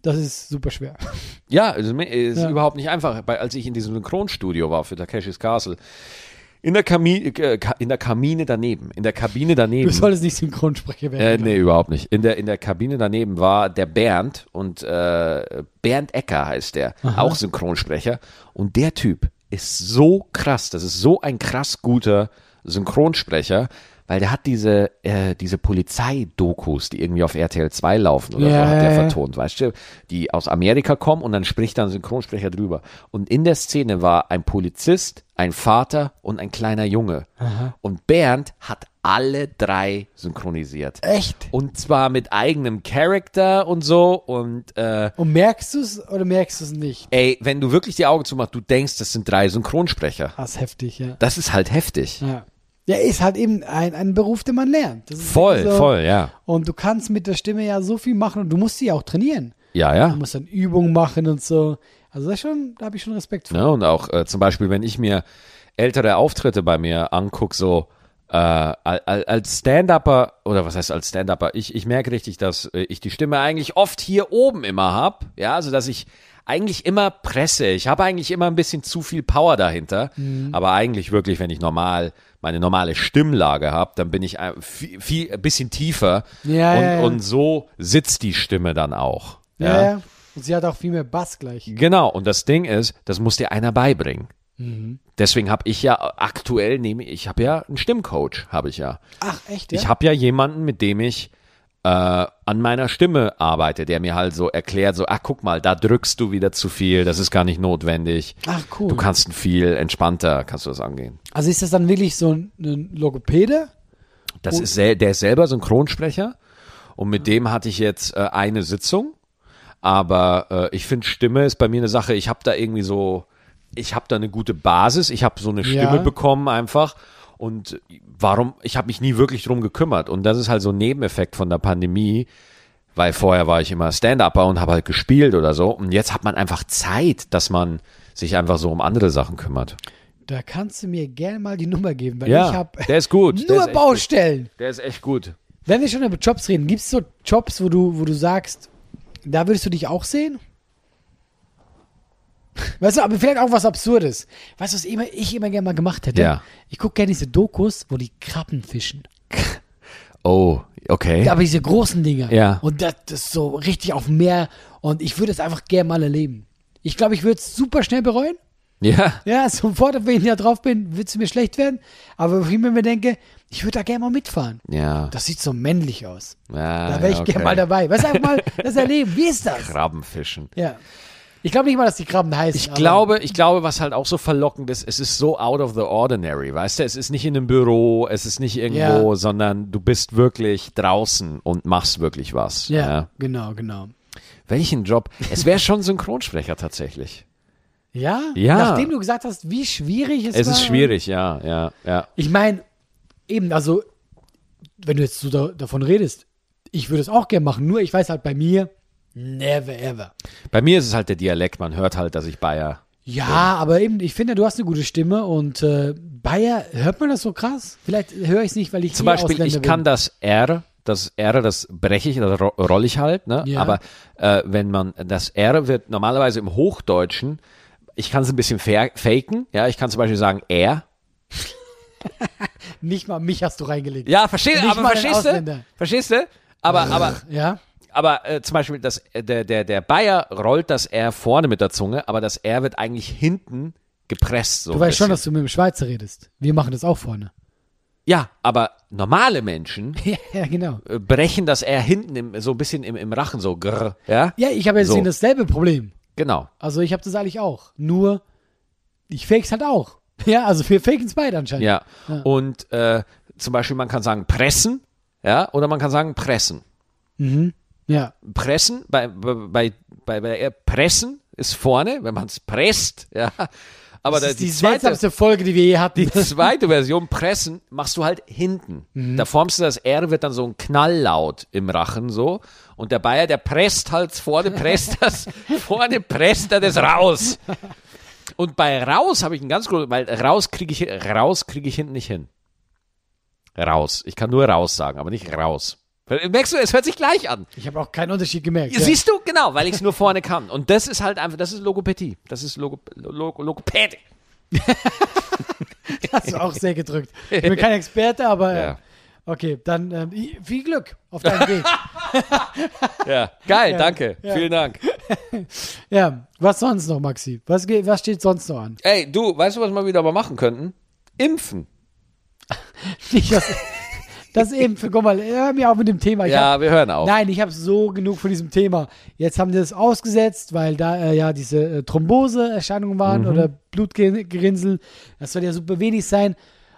Speaker 2: das ist super schwer.
Speaker 1: Ja, es ist, mir- es ist
Speaker 2: Ja.
Speaker 1: überhaupt nicht einfach. Bei, als ich in diesem Synchronstudio war für Takeshis Castle, in der, Kami äh, Ka- in der Kamine daneben, in der Kabine daneben.
Speaker 2: Du solltest nicht Synchronsprecher
Speaker 1: Äh,
Speaker 2: werden.
Speaker 1: nee, überhaupt nicht. In der, in der Kabine daneben war der Bernd und äh, Bernd Ecker heißt der, auch Synchronsprecher. Und der Typ ist so krass, das ist so ein krass guter Synchronsprecher, weil der hat diese, äh, diese Polizeidokus, die irgendwie auf RTL 2 laufen oder
Speaker 2: Ja,
Speaker 1: so, hat
Speaker 2: ja,
Speaker 1: der
Speaker 2: ja.
Speaker 1: vertont, weißt du, die aus Amerika kommen und dann spricht dann ein Synchronsprecher drüber. Und in der Szene war ein Polizist, ein Vater und ein kleiner Junge. Und Bernd hat alle drei synchronisiert.
Speaker 2: Echt?
Speaker 1: Und zwar mit eigenem Charakter und so. Und äh,
Speaker 2: Und merkst du es oder merkst du es nicht?
Speaker 1: ey, wenn du wirklich die Augen zumachst, du denkst, das sind drei Synchronsprecher.
Speaker 2: Das ist heftig, ja.
Speaker 1: Das ist halt heftig.
Speaker 2: Ja, ja ist halt eben ein, ein Beruf, den man lernt. Das ist
Speaker 1: Voll,
Speaker 2: eben so.
Speaker 1: voll, ja.
Speaker 2: Und du kannst mit der Stimme ja so viel machen und du musst sie ja auch trainieren.
Speaker 1: Ja,
Speaker 2: Du
Speaker 1: ja.
Speaker 2: musst dann Übungen machen und so. Also das ist schon, da habe ich schon Respekt vor.
Speaker 1: Ne, und auch äh, zum Beispiel, wenn ich mir ältere Auftritte bei mir angucke, so äh, al- al- als Stand-Upper, oder was heißt als Stand-Upper, ich, ich merke richtig, dass äh, ich die Stimme eigentlich oft hier oben immer habe, ja, also dass ich eigentlich immer presse, ich habe eigentlich immer ein bisschen zu viel Power dahinter,
Speaker 2: Mhm.
Speaker 1: aber eigentlich wirklich, wenn ich normal meine normale Stimmlage habe, dann bin ich ein, viel, viel, ein bisschen tiefer
Speaker 2: Ja,
Speaker 1: und,
Speaker 2: ja, ja.
Speaker 1: und so sitzt die Stimme dann auch.
Speaker 2: Ja, ja. Und sie hat auch viel mehr Bass gleich.
Speaker 1: Genau, und das Ding ist, das muss dir einer beibringen. Deswegen habe ich ja aktuell, nehme ich habe ja einen Stimmcoach, habe ich ja.
Speaker 2: Ach, echt, ja?
Speaker 1: Ich habe ja jemanden, mit dem ich äh, an meiner Stimme arbeite, der mir halt so erklärt, so, ach guck mal, da drückst du wieder zu viel, das ist gar nicht notwendig.
Speaker 2: Ach,
Speaker 1: Du
Speaker 2: Ah, cool.
Speaker 1: kannst viel entspannter, kannst du das angehen.
Speaker 2: Also ist das dann wirklich so ein, ein Logopäde?
Speaker 1: Das ist sel der ist selber Synchronsprecher und mit dem hatte ich jetzt äh, eine Sitzung. Aber äh, ich finde, Stimme ist bei mir eine Sache. Ich habe da irgendwie so, ich habe da eine gute Basis. Ich habe so eine
Speaker 2: Ja.
Speaker 1: Stimme bekommen einfach. Und warum, ich habe mich nie wirklich drum gekümmert. Und das ist halt so ein Nebeneffekt von der Pandemie, weil vorher war ich immer Stand-Upper und habe halt gespielt oder so. Und jetzt hat man einfach Zeit, dass man sich einfach so um andere Sachen kümmert.
Speaker 2: Da kannst du mir gerne mal die Nummer geben, weil ich
Speaker 1: Ja,
Speaker 2: habe
Speaker 1: der ist gut. der ist
Speaker 2: nur
Speaker 1: echt gut.
Speaker 2: Baustellen.
Speaker 1: Der ist echt gut.
Speaker 2: Wenn wir schon über Jobs reden, gibt es so Jobs, wo du, wo du sagst, da würdest du dich auch sehen? Weißt du, aber vielleicht auch was Absurdes. Weißt du, was immer, ich immer gerne mal gemacht hätte?
Speaker 1: Ja.
Speaker 2: Ich gucke gerne diese Dokus, wo die Krabben fischen.
Speaker 1: Oh, okay.
Speaker 2: Ja, aber diese großen Dinger.
Speaker 1: Ja.
Speaker 2: Und das, das ist so richtig auf dem Meer. Und ich würde es einfach gerne mal erleben. Ich glaube, ich würde es super schnell bereuen.
Speaker 1: Ja,
Speaker 2: Ja, sofort, wenn ich da drauf bin, wird es mir schlecht werden. Aber wenn ich mir denke, ich würde da gerne mal mitfahren.
Speaker 1: ja.
Speaker 2: Das sieht so männlich aus.
Speaker 1: ja
Speaker 2: Da wäre ich
Speaker 1: Ah, ja,
Speaker 2: gerne mal dabei. Was einfach mal das erleben. Wie ist das?
Speaker 1: Krabbenfischen.
Speaker 2: Ja. Ich glaube nicht mal, dass die Krabben heißen.
Speaker 1: Ich glaube, ich glaube, was halt auch so verlockend ist, es ist so out of the ordinary, weißt du? Es ist nicht in einem Büro, es ist nicht irgendwo,
Speaker 2: Ja.
Speaker 1: sondern du bist wirklich draußen und machst wirklich was.
Speaker 2: Ja, genau, genau.
Speaker 1: Welchen Job? Es wäre schon Synchronsprecher tatsächlich.
Speaker 2: Ja?
Speaker 1: Ja.
Speaker 2: Nachdem du gesagt hast, wie schwierig es,
Speaker 1: Es
Speaker 2: war.
Speaker 1: ist schwierig, ja, ja, ja.
Speaker 2: Ich meine, eben, also, wenn du jetzt so da, davon redest, ich würde es auch gerne machen, nur ich weiß halt bei mir, never ever.
Speaker 1: Bei mir ist es halt der Dialekt, man hört halt, dass ich Bayer.
Speaker 2: Ja, aber eben, ich finde, du hast eine gute Stimme und äh, Bayer, hört man das so krass? Vielleicht höre ich es nicht, weil ich
Speaker 1: Zum
Speaker 2: eh
Speaker 1: Beispiel,
Speaker 2: Ausländer
Speaker 1: ich kann
Speaker 2: bin.
Speaker 1: das R, das R, das breche ich, das ro- roll ich halt, ne?
Speaker 2: Ja.
Speaker 1: Aber äh, wenn man, das R wird normalerweise im Hochdeutschen, ich kann es ein bisschen fa- faken, ja, ich kann zum Beispiel sagen R.
Speaker 2: Nicht mal mich hast du reingelegt.
Speaker 1: Ja, versteh,
Speaker 2: Nicht
Speaker 1: aber
Speaker 2: mal ein
Speaker 1: verstehst du?
Speaker 2: Ausländer. Äh.
Speaker 1: Verstehst du? Aber, aber,
Speaker 2: Ja?
Speaker 1: aber äh, zum Beispiel, das, äh, der, der, der Bayer rollt das R vorne mit der Zunge, aber das R wird eigentlich hinten gepresst. So
Speaker 2: Du
Speaker 1: ein
Speaker 2: weißt schon,
Speaker 1: bisschen.
Speaker 2: dass du mit dem Schweizer redest. Wir machen das auch vorne.
Speaker 1: Ja, aber normale Menschen
Speaker 2: ja, genau.
Speaker 1: äh, brechen das R hinten im, so ein bisschen im, im Rachen, so grr, ja?
Speaker 2: Ja, ich habe jetzt
Speaker 1: So.
Speaker 2: nicht dasselbe Problem.
Speaker 1: Genau.
Speaker 2: Also ich habe das eigentlich auch. Nur, ich fake's halt auch. Ja, also wir faken es beide anscheinend.
Speaker 1: Ja. Und äh, zum Beispiel, man kann sagen, pressen. Ja, oder man kann sagen pressen.
Speaker 2: Ja.
Speaker 1: Pressen, bei, bei, bei, bei äh, Pressen ist vorne, wenn man es presst, ja. Aber
Speaker 2: Das
Speaker 1: da-
Speaker 2: ist die,
Speaker 1: zweite,
Speaker 2: seltsamste Folge, die wir je hatten.
Speaker 1: die zweite Version, Pressen, machst du halt hinten.
Speaker 2: Mhm.
Speaker 1: Da formst du das R, wird dann so ein Knalllaut im Rachen so. Und der Bayer, der presst halt vorne, presst das, vorne presst er das raus. Und bei raus habe ich einen ganz großen, weil raus kriege ich, raus kriege ich hinten nicht hin. Raus. Ich kann nur raus sagen, aber nicht raus. Merkst du, es hört sich gleich an.
Speaker 2: ich habe auch keinen Unterschied gemerkt. ja.
Speaker 1: Siehst du, genau, weil ich es nur vorne kann. Und das ist halt einfach, das ist Logopädie. Das ist Logo, Logo, Logopädie.
Speaker 2: Hast du auch sehr gedrückt. Ich bin kein Experte, aber
Speaker 1: Ja.
Speaker 2: äh, okay, dann ähm, i- viel Glück auf deinem Weg.
Speaker 1: Ja, geil, danke.
Speaker 2: ja.
Speaker 1: Vielen Dank.
Speaker 2: ja, was sonst noch, Maxi? Was, ge- was steht sonst noch an?
Speaker 1: Ey, du, weißt du, was wir wieder mal machen könnten? Impfen.
Speaker 2: Ich, das, das eben, für, guck mal, hör mir auf mit dem Thema. Ich
Speaker 1: Ja, wir hören
Speaker 2: hab,
Speaker 1: auf.
Speaker 2: nein, ich habe so genug von diesem Thema. Jetzt haben die das ausgesetzt, weil da äh, ja diese äh, Thromboseerscheinungen waren oder Blutgerinnsel. Das soll ja super wenig sein.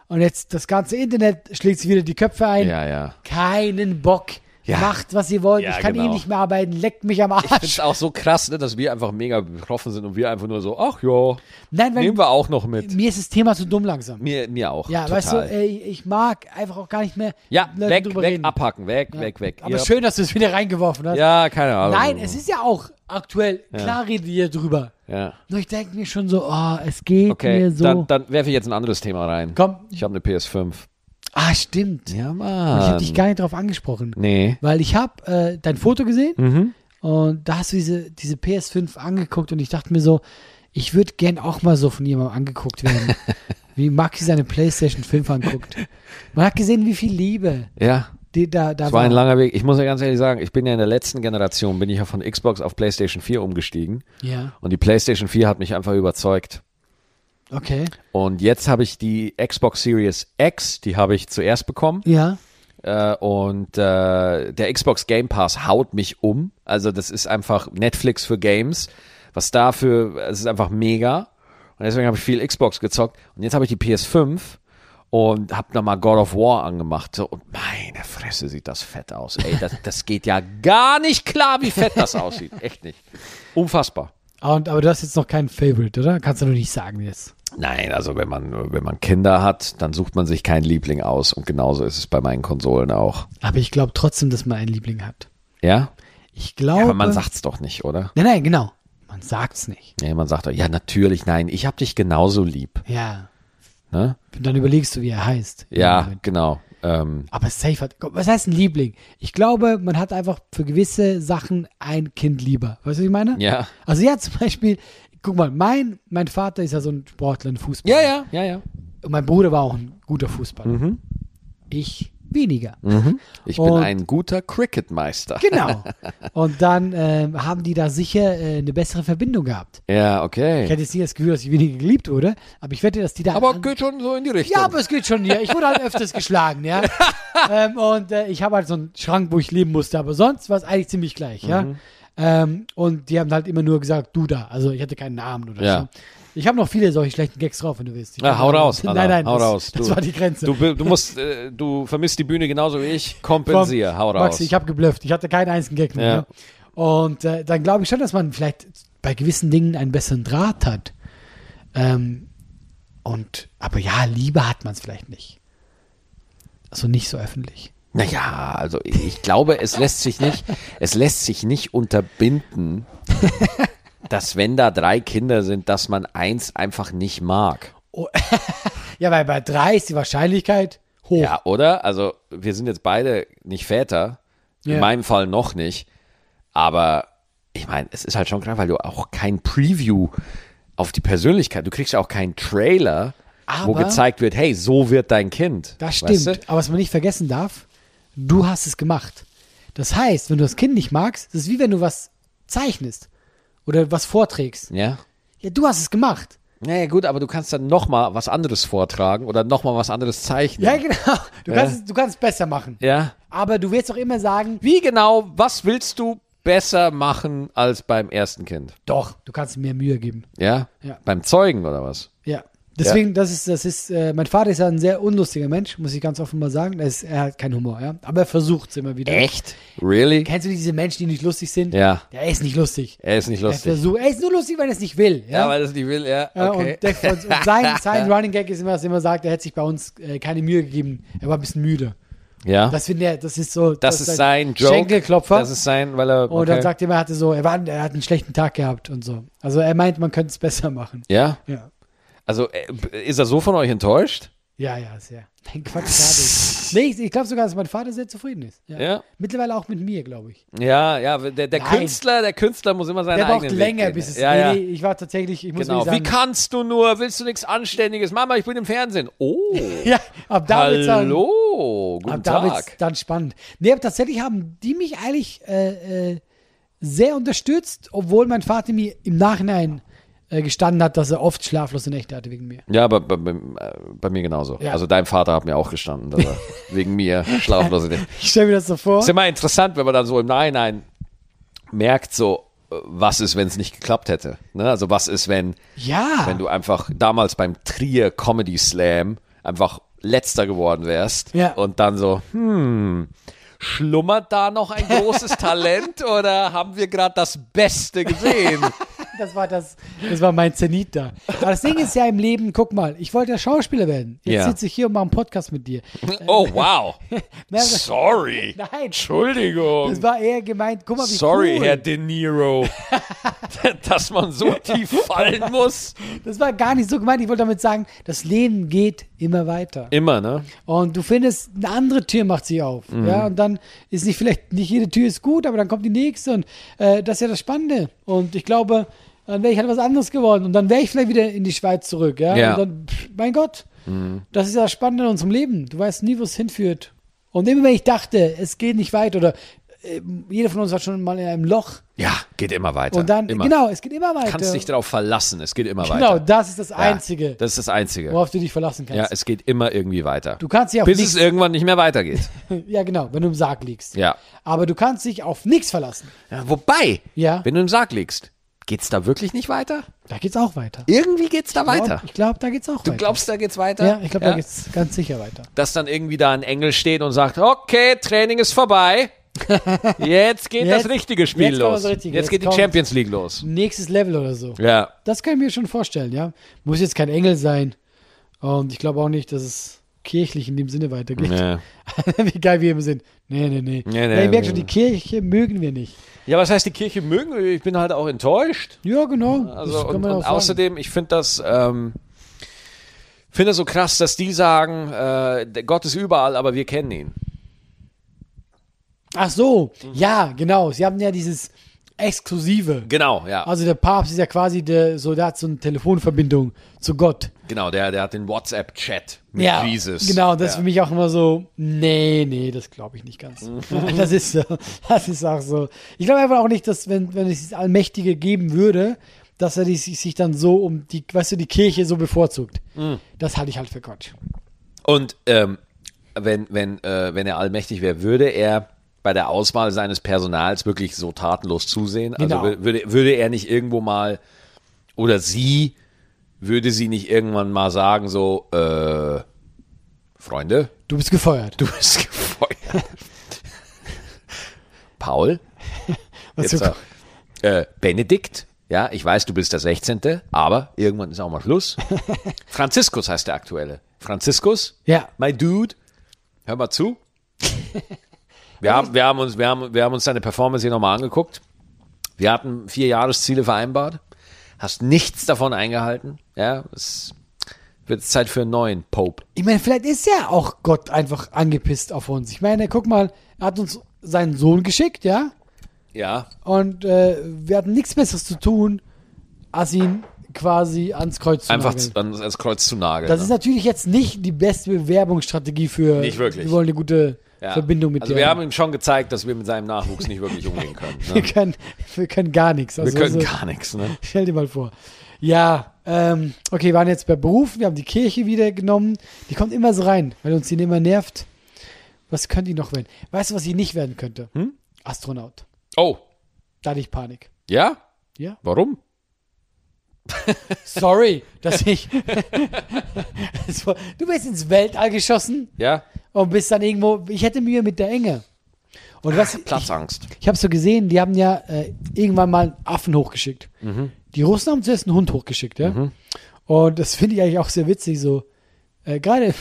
Speaker 2: Und jetzt das ganze Internet schlägt sich wieder die Köpfe ein.
Speaker 1: Ja, ja.
Speaker 2: Keinen Bock.
Speaker 1: Ja.
Speaker 2: Macht, was ihr wollt.
Speaker 1: Ja,
Speaker 2: ich kann eh
Speaker 1: genau.
Speaker 2: nicht mehr arbeiten. Leckt mich am
Speaker 1: Ich finde
Speaker 2: Arsch.
Speaker 1: es auch so krass, ne, dass wir einfach mega betroffen sind und wir einfach nur so, ach ja,
Speaker 2: Nein, weil
Speaker 1: nehmen wir auch noch mit.
Speaker 2: mir ist das Thema zu dumm langsam.
Speaker 1: Mir, mir auch.
Speaker 2: Ja,
Speaker 1: total.
Speaker 2: weißt du, ey, ich mag einfach auch gar nicht mehr
Speaker 1: ja,
Speaker 2: mit Leuten
Speaker 1: weg,
Speaker 2: drüber
Speaker 1: weg,
Speaker 2: reden.
Speaker 1: abhacken, weg, weg, weg.
Speaker 2: Aber
Speaker 1: Ihr-
Speaker 2: schön, dass du es wieder reingeworfen hast.
Speaker 1: ja, keine Ahnung.
Speaker 2: Nein, es ist ja auch aktuell. Klar redet ihr drüber.
Speaker 1: Ja.
Speaker 2: Nur ich denke mir schon so, oh, es geht
Speaker 1: Okay,
Speaker 2: mir so.
Speaker 1: dann, dann werfe ich jetzt ein anderes Thema rein.
Speaker 2: Komm.
Speaker 1: Ich habe eine PS5.
Speaker 2: Ah, stimmt.
Speaker 1: Ja,
Speaker 2: Ich
Speaker 1: Mann.
Speaker 2: habe dich gar nicht drauf angesprochen.
Speaker 1: Nee.
Speaker 2: Weil ich habe äh, dein Foto gesehen
Speaker 1: Mhm.
Speaker 2: und da hast du diese, diese PS5 angeguckt und ich dachte mir so, ich würde gern auch mal so von jemandem angeguckt werden. wie Maxi seine PlayStation 5 anguckt. Man hat gesehen, wie viel Liebe
Speaker 1: Ja.
Speaker 2: die da, da
Speaker 1: Es war ein langer Weg. Ich muss ja ganz ehrlich sagen, ich bin ja in der letzten Generation, bin ich ja von Xbox auf PlayStation 4 umgestiegen.
Speaker 2: Ja,
Speaker 1: Und die PlayStation 4 hat mich einfach überzeugt.
Speaker 2: okay.
Speaker 1: Und jetzt habe ich die Xbox Series X, die habe ich zuerst bekommen.
Speaker 2: Ja,
Speaker 1: Äh, und äh, der Xbox Game Pass haut mich um. Also das ist einfach Netflix für Games. Was dafür, es ist einfach mega. Und deswegen habe ich viel Xbox gezockt. Und jetzt habe ich die PS5 und habe nochmal God of War angemacht. So, und meine Fresse sieht das fett aus. Ey, das, das geht ja gar nicht klar, wie fett das aussieht. Echt nicht. Unfassbar.
Speaker 2: und, aber du hast jetzt noch keinen Favorite, oder? Kannst du noch nicht sagen jetzt.
Speaker 1: Nein, also wenn man, wenn man Kinder hat, dann sucht man sich keinen Liebling aus. Und genauso ist es bei meinen Konsolen auch.
Speaker 2: Aber ich glaube trotzdem, dass man einen Liebling hat.
Speaker 1: Ja?
Speaker 2: Ich glaube.
Speaker 1: Ja, aber man sagt's doch nicht, oder?
Speaker 2: Nein, nein, genau. Man sagt's nicht.
Speaker 1: Nee, man sagt doch, ja, natürlich, nein, ich hab dich genauso lieb.
Speaker 2: Ja.
Speaker 1: Ne?
Speaker 2: Und dann überlegst du, wie er heißt.
Speaker 1: Ja, genau. Ähm,
Speaker 2: Aber safe hat. Gott, Was heißt ein Liebling? Ich glaube, man hat einfach für gewisse Sachen ein Kind lieber. Weißt du, was ich meine?
Speaker 1: ja.
Speaker 2: Also ja, zum Beispiel, guck mal, mein, mein Vater ist ja so ein Sportler, ein Fußballer.
Speaker 1: Ja, Mhm. ja, ja, ja.
Speaker 2: Und mein Bruder war auch ein guter Fußballer. Ich weniger.
Speaker 1: Ich
Speaker 2: Mhm. Und-
Speaker 1: bin ein guter Cricketmeister.
Speaker 2: Genau. Und dann ähm, haben die da sicher äh, eine bessere Verbindung gehabt.
Speaker 1: Ja,
Speaker 2: Ich
Speaker 1: okay.
Speaker 2: hatte jetzt nicht das Gefühl, dass ich weniger geliebt wurde, aber ich wette, dass die da.
Speaker 1: Aber
Speaker 2: an-
Speaker 1: geht schon so in die Richtung.
Speaker 2: Ja, aber es geht schon hier. Ich wurde halt öfters geschlagen, ja. ähm, und äh, ich habe halt so einen Schrank, wo ich leben musste, aber sonst war es eigentlich ziemlich gleich, ja.
Speaker 1: Mhm.
Speaker 2: Ähm, und die haben halt immer nur gesagt, du da. Also ich hatte keinen Namen oder
Speaker 1: Ja.
Speaker 2: so. Ich habe noch viele solche schlechten Gags drauf, wenn du willst. Ich
Speaker 1: Ja,
Speaker 2: kann-
Speaker 1: hau raus, Alter.
Speaker 2: nein, nein,
Speaker 1: hau
Speaker 2: das,
Speaker 1: raus.
Speaker 2: das
Speaker 1: du,
Speaker 2: war die Grenze.
Speaker 1: Du, bi- du musst, äh, du vermisst die Bühne genauso wie ich.
Speaker 2: Komm,
Speaker 1: Kompensier, hau raus.
Speaker 2: Maxi, ich habe geblufft. Ich hatte keinen einzigen Gag mehr.
Speaker 1: Ja.
Speaker 2: ne? Und äh, dann glaube ich schon, dass man vielleicht bei gewissen Dingen einen besseren Draht hat. Ähm, und, aber ja, Liebe hat man es vielleicht nicht. Also nicht so öffentlich.
Speaker 1: Naja, also ich glaube, es lässt sich nicht, es lässt sich nicht unterbinden, dass wenn da drei Kinder sind, dass man eins einfach nicht mag.
Speaker 2: Ja, weil bei drei ist die Wahrscheinlichkeit hoch.
Speaker 1: Ja, oder? Also wir sind jetzt beide nicht Väter.
Speaker 2: Ja.
Speaker 1: In meinem Fall noch nicht. Aber ich meine, es ist halt schon krass, weil du auch kein Preview auf die Persönlichkeit, du kriegst ja auch keinen Trailer, wo
Speaker 2: Aber-
Speaker 1: gezeigt wird, hey, so wird dein Kind.
Speaker 2: Das stimmt.
Speaker 1: Weißt du?
Speaker 2: Aber was man nicht vergessen darf, du hast es gemacht. Das heißt, wenn du das Kind nicht magst, das ist wie wenn du was zeichnest oder was vorträgst.
Speaker 1: Ja.
Speaker 2: Ja, du hast es gemacht.
Speaker 1: Naja, gut, aber du kannst dann nochmal was anderes vortragen oder nochmal was anderes zeichnen.
Speaker 2: Ja, genau. Du kannst, es- du kannst es besser machen.
Speaker 1: Ja.
Speaker 2: Aber du wirst doch immer sagen,
Speaker 1: Wie genau, was willst du besser machen als beim ersten Kind?
Speaker 2: doch, du kannst mir mehr Mühe geben.
Speaker 1: Ja?
Speaker 2: Ja.
Speaker 1: Beim Zeugen oder was?
Speaker 2: Ja. Deswegen, das ist, das ist, äh, mein Vater ist ja ein sehr unlustiger Mensch, muss ich ganz offen mal sagen. Er, ist, er hat keinen Humor, ja. Aber er versucht es immer wieder.
Speaker 1: Echt? Really?
Speaker 2: Kennst du diese Menschen, die nicht lustig sind?
Speaker 1: Ja.
Speaker 2: Der ist nicht lustig.
Speaker 1: Er ist nicht
Speaker 2: Er
Speaker 1: lustig.
Speaker 2: versucht, er ist nur lustig, wenn er es nicht will. Ja,
Speaker 1: weil das nicht will, ja.
Speaker 2: Ja,
Speaker 1: Okay.
Speaker 2: und, der, und, und sein, sein Running Gag ist immer, dass er immer sagt, er hätte sich bei uns äh, keine Mühe gegeben. Er war ein bisschen müde.
Speaker 1: ja.
Speaker 2: Das finde er, das ist so.
Speaker 1: das ist sein Joke.
Speaker 2: Schenkelklopfer.
Speaker 1: Das ist sein, weil er. Okay.
Speaker 2: Und Oh, dann sagt er immer, er hatte so, er, war, er hat einen schlechten Tag gehabt und so. Also er meint, man könnte es besser machen.
Speaker 1: ja.
Speaker 2: Ja.
Speaker 1: Also äh, ist er so von euch enttäuscht?
Speaker 2: Ja, ja, sehr. Nein, Quatsch, schade. Nee, ich, ich glaube sogar, dass mein Vater sehr zufrieden ist. Ja.
Speaker 1: Ja.
Speaker 2: Mittlerweile auch mit mir, glaube ich.
Speaker 1: Ja, ja. Der, der
Speaker 2: Nein.
Speaker 1: Künstler, der Künstler muss immer seine
Speaker 2: Der braucht
Speaker 1: eigenen
Speaker 2: länger,
Speaker 1: Weg gehen.
Speaker 2: bis es.
Speaker 1: ja,
Speaker 2: nee,
Speaker 1: ja.
Speaker 2: nee, ich war tatsächlich, ich muss
Speaker 1: Genau. Wie
Speaker 2: wirklich sagen.
Speaker 1: kannst du nur? Willst du nichts Anständiges? Mama, ich bin im Fernsehen. Oh.
Speaker 2: ja, ab da wird's dann.
Speaker 1: Hallo. Guten
Speaker 2: Ab da wird's
Speaker 1: Tag.
Speaker 2: dann spannend. Nee, aber tatsächlich haben die mich eigentlich äh, äh, sehr unterstützt, obwohl mein Vater mir im Nachhinein äh, gestanden hat, dass er oft schlaflose Nächte hatte wegen mir.
Speaker 1: Ja, aber bei, bei, äh, bei mir genauso.
Speaker 2: Ja.
Speaker 1: Also dein Vater hat mir auch gestanden, dass er wegen mir schlaflose Nächte.
Speaker 2: Ich stelle mir das so vor.
Speaker 1: Ist immer interessant, wenn man dann so im Nachhinein merkt, so äh, was ist, wenn es nicht geklappt hätte. Ne? Also was ist, wenn
Speaker 2: Ja.
Speaker 1: wenn du einfach damals beim Trier Comedy Slam einfach letzter geworden wärst
Speaker 2: Ja.
Speaker 1: und dann so, hm, schlummert da noch ein großes Talent oder haben wir gerade das Beste gesehen?
Speaker 2: Das war das, das war mein Zenit da. Aber das Ding ist ja im Leben, guck mal, ich wollte ja Schauspieler werden. Jetzt
Speaker 1: Ja.
Speaker 2: sitze ich hier und mache einen Podcast mit dir.
Speaker 1: oh, wow.
Speaker 2: Na, das,
Speaker 1: Sorry.
Speaker 2: Nein.
Speaker 1: Entschuldigung.
Speaker 2: das war eher gemeint, guck mal, wie
Speaker 1: Sorry,
Speaker 2: cool.
Speaker 1: Herr De Niro, dass man so tief fallen muss.
Speaker 2: Das war gar nicht so gemeint. Ich wollte damit sagen, das Leben geht immer weiter.
Speaker 1: Immer, ne?
Speaker 2: Und du findest, eine andere Tür macht sich auf.
Speaker 1: Mhm.
Speaker 2: Ja, und dann ist nicht vielleicht, nicht jede Tür ist gut, aber dann kommt die nächste und äh, das ist ja das Spannende. Und ich glaube, dann wäre ich halt was anderes geworden und dann wäre ich vielleicht wieder in die Schweiz zurück. Ja,
Speaker 1: Ja. Mhm.
Speaker 2: und dann, pff, mein Gott, das ist ja das Spannende an unserem Leben. Du weißt nie, wo es hinführt. Und immer wenn ich dachte, es geht nicht weit oder äh, jeder von uns war schon mal in einem Loch
Speaker 1: Ja, geht immer weiter.
Speaker 2: und dann,
Speaker 1: immer.
Speaker 2: genau, es geht immer weiter.
Speaker 1: Kannst dich darauf verlassen, es geht immer weiter.
Speaker 2: genau, das ist das
Speaker 1: Ja,
Speaker 2: Einzige,
Speaker 1: Das ist das Einzige.
Speaker 2: worauf du dich verlassen
Speaker 1: Ja,
Speaker 2: kannst.
Speaker 1: es geht immer irgendwie weiter.
Speaker 2: du kannst dich auf
Speaker 1: Bis
Speaker 2: nichts,
Speaker 1: es irgendwann nicht mehr weitergeht.
Speaker 2: ja genau, wenn du im Sarg liegst.
Speaker 1: Ja.
Speaker 2: Aber du kannst dich auf nichts verlassen.
Speaker 1: ja wobei,
Speaker 2: Ja.
Speaker 1: wenn du im Sarg liegst, geht's da wirklich nicht weiter?
Speaker 2: Da geht's auch weiter.
Speaker 1: Irgendwie geht's da weiter.
Speaker 2: Ich glaube, da geht's auch weiter.
Speaker 1: Du glaubst, da geht's weiter?
Speaker 2: Ja, ich glaube, da geht's ganz sicher weiter.
Speaker 1: Dass dann irgendwie da ein Engel steht und sagt, okay, Training ist vorbei. Jetzt geht
Speaker 2: Jetzt-
Speaker 1: das richtige Spiel
Speaker 2: jetzt kommt
Speaker 1: los.
Speaker 2: das Richtige.
Speaker 1: Jetzt
Speaker 2: Jetzt
Speaker 1: geht die
Speaker 2: kommt-
Speaker 1: Champions League los.
Speaker 2: Nächstes Level oder so.
Speaker 1: Ja.
Speaker 2: Das kann ich mir schon vorstellen, ja. Muss jetzt kein Engel sein. Und ich glaube auch nicht, dass es kirchlich in dem Sinne weitergeht.
Speaker 1: Ja.
Speaker 2: Wie geil wir eben sind. Nee, nee, nee.
Speaker 1: Nee, nee,
Speaker 2: ja, ich merke
Speaker 1: nee.
Speaker 2: schon, die Kirche mögen wir nicht.
Speaker 1: ja, was heißt, die Kirche mögen? wir? Ich bin halt auch enttäuscht.
Speaker 2: Ja, genau. das
Speaker 1: Also
Speaker 2: kann
Speaker 1: und,
Speaker 2: man auch
Speaker 1: und
Speaker 2: sagen.
Speaker 1: außerdem, ich finde das, ähm, finde das so krass, dass die sagen, äh, der Gott ist überall, aber wir kennen ihn.
Speaker 2: Ach so, ja, genau. Sie haben ja dieses Exklusive.
Speaker 1: Genau, ja.
Speaker 2: Also der Papst ist ja quasi der, so, der hat so eine Telefonverbindung zu Gott.
Speaker 1: genau, der, der hat den WhatsApp-Chat mit Jesus.
Speaker 2: Genau, das ist
Speaker 1: ja.
Speaker 2: für mich auch immer so, nee, nee, das glaube ich nicht ganz. das ist so, das ist auch so. Ich glaube einfach auch nicht, dass wenn, wenn es dieses Allmächtige geben würde, dass er die, sich sich dann so um die, weißt du, die Kirche so bevorzugt.
Speaker 1: Mhm.
Speaker 2: Das halte ich halt für Quatsch.
Speaker 1: Und ähm, wenn, wenn, äh, wenn er allmächtig wäre, würde er bei der Auswahl seines Personals wirklich so tatenlos zusehen.
Speaker 2: Genau.
Speaker 1: Also wür- würde, würde er nicht irgendwo mal oder sie würde sie nicht irgendwann mal sagen, so, äh, Freunde,
Speaker 2: Du bist gefeuert.
Speaker 1: Du bist gefeuert. Paul,
Speaker 2: Was
Speaker 1: jetzt
Speaker 2: du-
Speaker 1: auch, äh, Benedikt, ja, ich weiß, du bist der 16., aber irgendwann ist auch mal Schluss. Franziskus heißt der aktuelle. Franziskus,
Speaker 2: ja,
Speaker 1: my dude, hör mal zu. Wir haben, wir haben, uns, wir haben, wir haben uns deine Performance hier nochmal angeguckt. Wir hatten vier Jahresziele vereinbart. Hast nichts davon eingehalten. Ja, es wird Zeit für einen neuen Pope.
Speaker 2: ich meine, vielleicht ist ja auch Gott einfach angepisst auf uns. Ich meine, guck mal, er hat uns seinen Sohn geschickt, ja?
Speaker 1: Ja,
Speaker 2: Und äh, wir hatten nichts Besseres zu tun, als ihn quasi ans Kreuz zu
Speaker 1: einfach
Speaker 2: nageln.
Speaker 1: zu- ans ans Kreuz zu nageln.
Speaker 2: Das
Speaker 1: ne?
Speaker 2: ist natürlich jetzt nicht die beste Bewerbungsstrategie für.
Speaker 1: Nicht wirklich.
Speaker 2: Wir wollen eine gute
Speaker 1: Ja.
Speaker 2: Verbindung mit
Speaker 1: also
Speaker 2: dir.
Speaker 1: wir haben ihm schon gezeigt, dass wir mit seinem Nachwuchs nicht wirklich umgehen können. Ne?
Speaker 2: wir, können, wir können gar nichts.
Speaker 1: Wir
Speaker 2: Also,
Speaker 1: können
Speaker 2: also,
Speaker 1: gar nichts. Ne?
Speaker 2: stell dir mal vor. Ja, ähm, okay, wir waren jetzt bei Beruf. Wir haben die Kirche wieder genommen. Die kommt immer so rein, weil uns die immer nervt. Was könnte die noch werden? Weißt du, was sie nicht werden könnte?
Speaker 1: Hm?
Speaker 2: Astronaut.
Speaker 1: Oh,
Speaker 2: Da hatte ich Panik.
Speaker 1: ja?
Speaker 2: Ja.
Speaker 1: Warum?
Speaker 2: Sorry, dass ich. Es war- du bist ins Weltall geschossen
Speaker 1: Ja?
Speaker 2: und bist dann irgendwo. Ich hätte Mühe mit der Enge. Und was ich,
Speaker 1: Platzangst.
Speaker 2: ich habe so gesehen, die haben ja äh, irgendwann mal einen Affen hochgeschickt. Die Russen haben zuerst einen Hund hochgeschickt, ja. Und das finde ich eigentlich auch sehr witzig, so. Äh, Gerade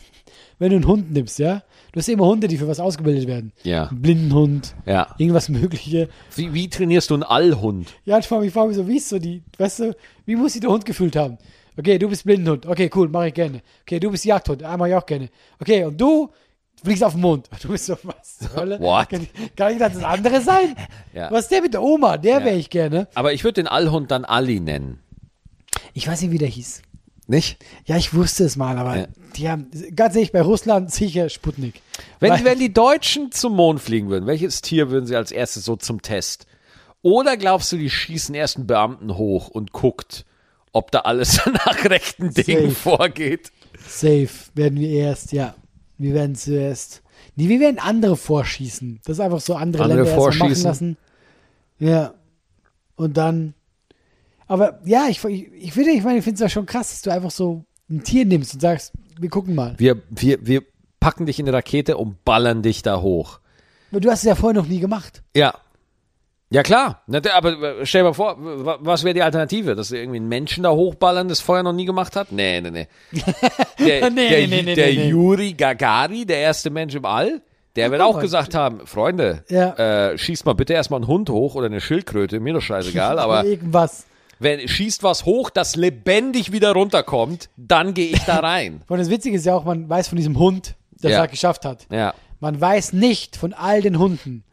Speaker 2: wenn du einen Hund nimmst, ja. Du hast ja immer Hunde, die für was ausgebildet werden.
Speaker 1: Ja.
Speaker 2: Ein Blindenhund,
Speaker 1: Ja.
Speaker 2: irgendwas Mögliche.
Speaker 1: Wie, wie trainierst du einen Allhund?
Speaker 2: Ja, ich frage mich, frag mich so, wie ist so die, weißt du, wie muss sich der Hund gefühlt haben? Okay, du bist Blindenhund. Okay, cool, mache ich gerne. Okay, du bist Jagdhund. Ah, mache ich auch gerne. Okay, und du fliegst auf den Mond. Du bist so, was zur Hölle?
Speaker 1: What?
Speaker 2: Kann, kann ich das das andere sein?
Speaker 1: Ja.
Speaker 2: Was ist der mit der Oma? Der
Speaker 1: Ja.
Speaker 2: wäre ich gerne.
Speaker 1: Aber ich würde den Allhund dann Ali nennen.
Speaker 2: Ich weiß nicht, wie der hieß.
Speaker 1: Nicht?
Speaker 2: Ja, ich wusste es mal, aber
Speaker 1: Ja.
Speaker 2: die haben, ganz ehrlich, bei Russland sicher Sputnik.
Speaker 1: Wenn,
Speaker 2: Weil-
Speaker 1: wenn die Deutschen zum Mond fliegen würden, welches Tier würden sie als erstes so zum Test? Oder glaubst du, die schießen erst einen Beamten hoch und guckt, ob da alles nach rechten Dingen
Speaker 2: Safe.
Speaker 1: vorgeht?
Speaker 2: Safe werden wir erst, ja. Wir werden zuerst. Nee, wir werden andere vorschießen. Das ist einfach so andere,
Speaker 1: Andere
Speaker 2: Länder erst mal machen
Speaker 1: vorschießen.
Speaker 2: lassen. Ja. Und dann. Aber ja, ich, ich, ich finde, ich meine, ich finde es ja schon krass, dass du einfach so ein Tier nimmst und sagst, wir gucken mal.
Speaker 1: Wir, wir, wir packen dich in eine Rakete und ballern dich da hoch.
Speaker 2: Aber du hast es ja vorher noch nie gemacht.
Speaker 1: Ja. Ja, klar. Na, der- Aber äh, stell dir mal vor, wa- was wäre die Alternative? Dass sie irgendwie einen Menschen da hochballern, das vorher noch nie gemacht hat? Nee, nee, nee. Der,
Speaker 2: Nee,
Speaker 1: der,
Speaker 2: nee, nee,
Speaker 1: der
Speaker 2: nee, nee.
Speaker 1: Yuri Gagari, der erste Mensch im All, der wird
Speaker 2: guck
Speaker 1: auch
Speaker 2: mal.
Speaker 1: gesagt haben, Freunde,
Speaker 2: Ja.
Speaker 1: äh, schießt mal bitte erstmal einen Hund hoch oder eine Schildkröte, mir doch scheißegal, aber
Speaker 2: Irgendwas.
Speaker 1: wenn schießt was hoch, das lebendig wieder runterkommt, dann gehe ich da rein.
Speaker 2: Und das Witzige ist ja auch, man weiß von diesem Hund, der
Speaker 1: Ja.
Speaker 2: es halt geschafft hat.
Speaker 1: Ja.
Speaker 2: Man weiß nicht von all den Hunden,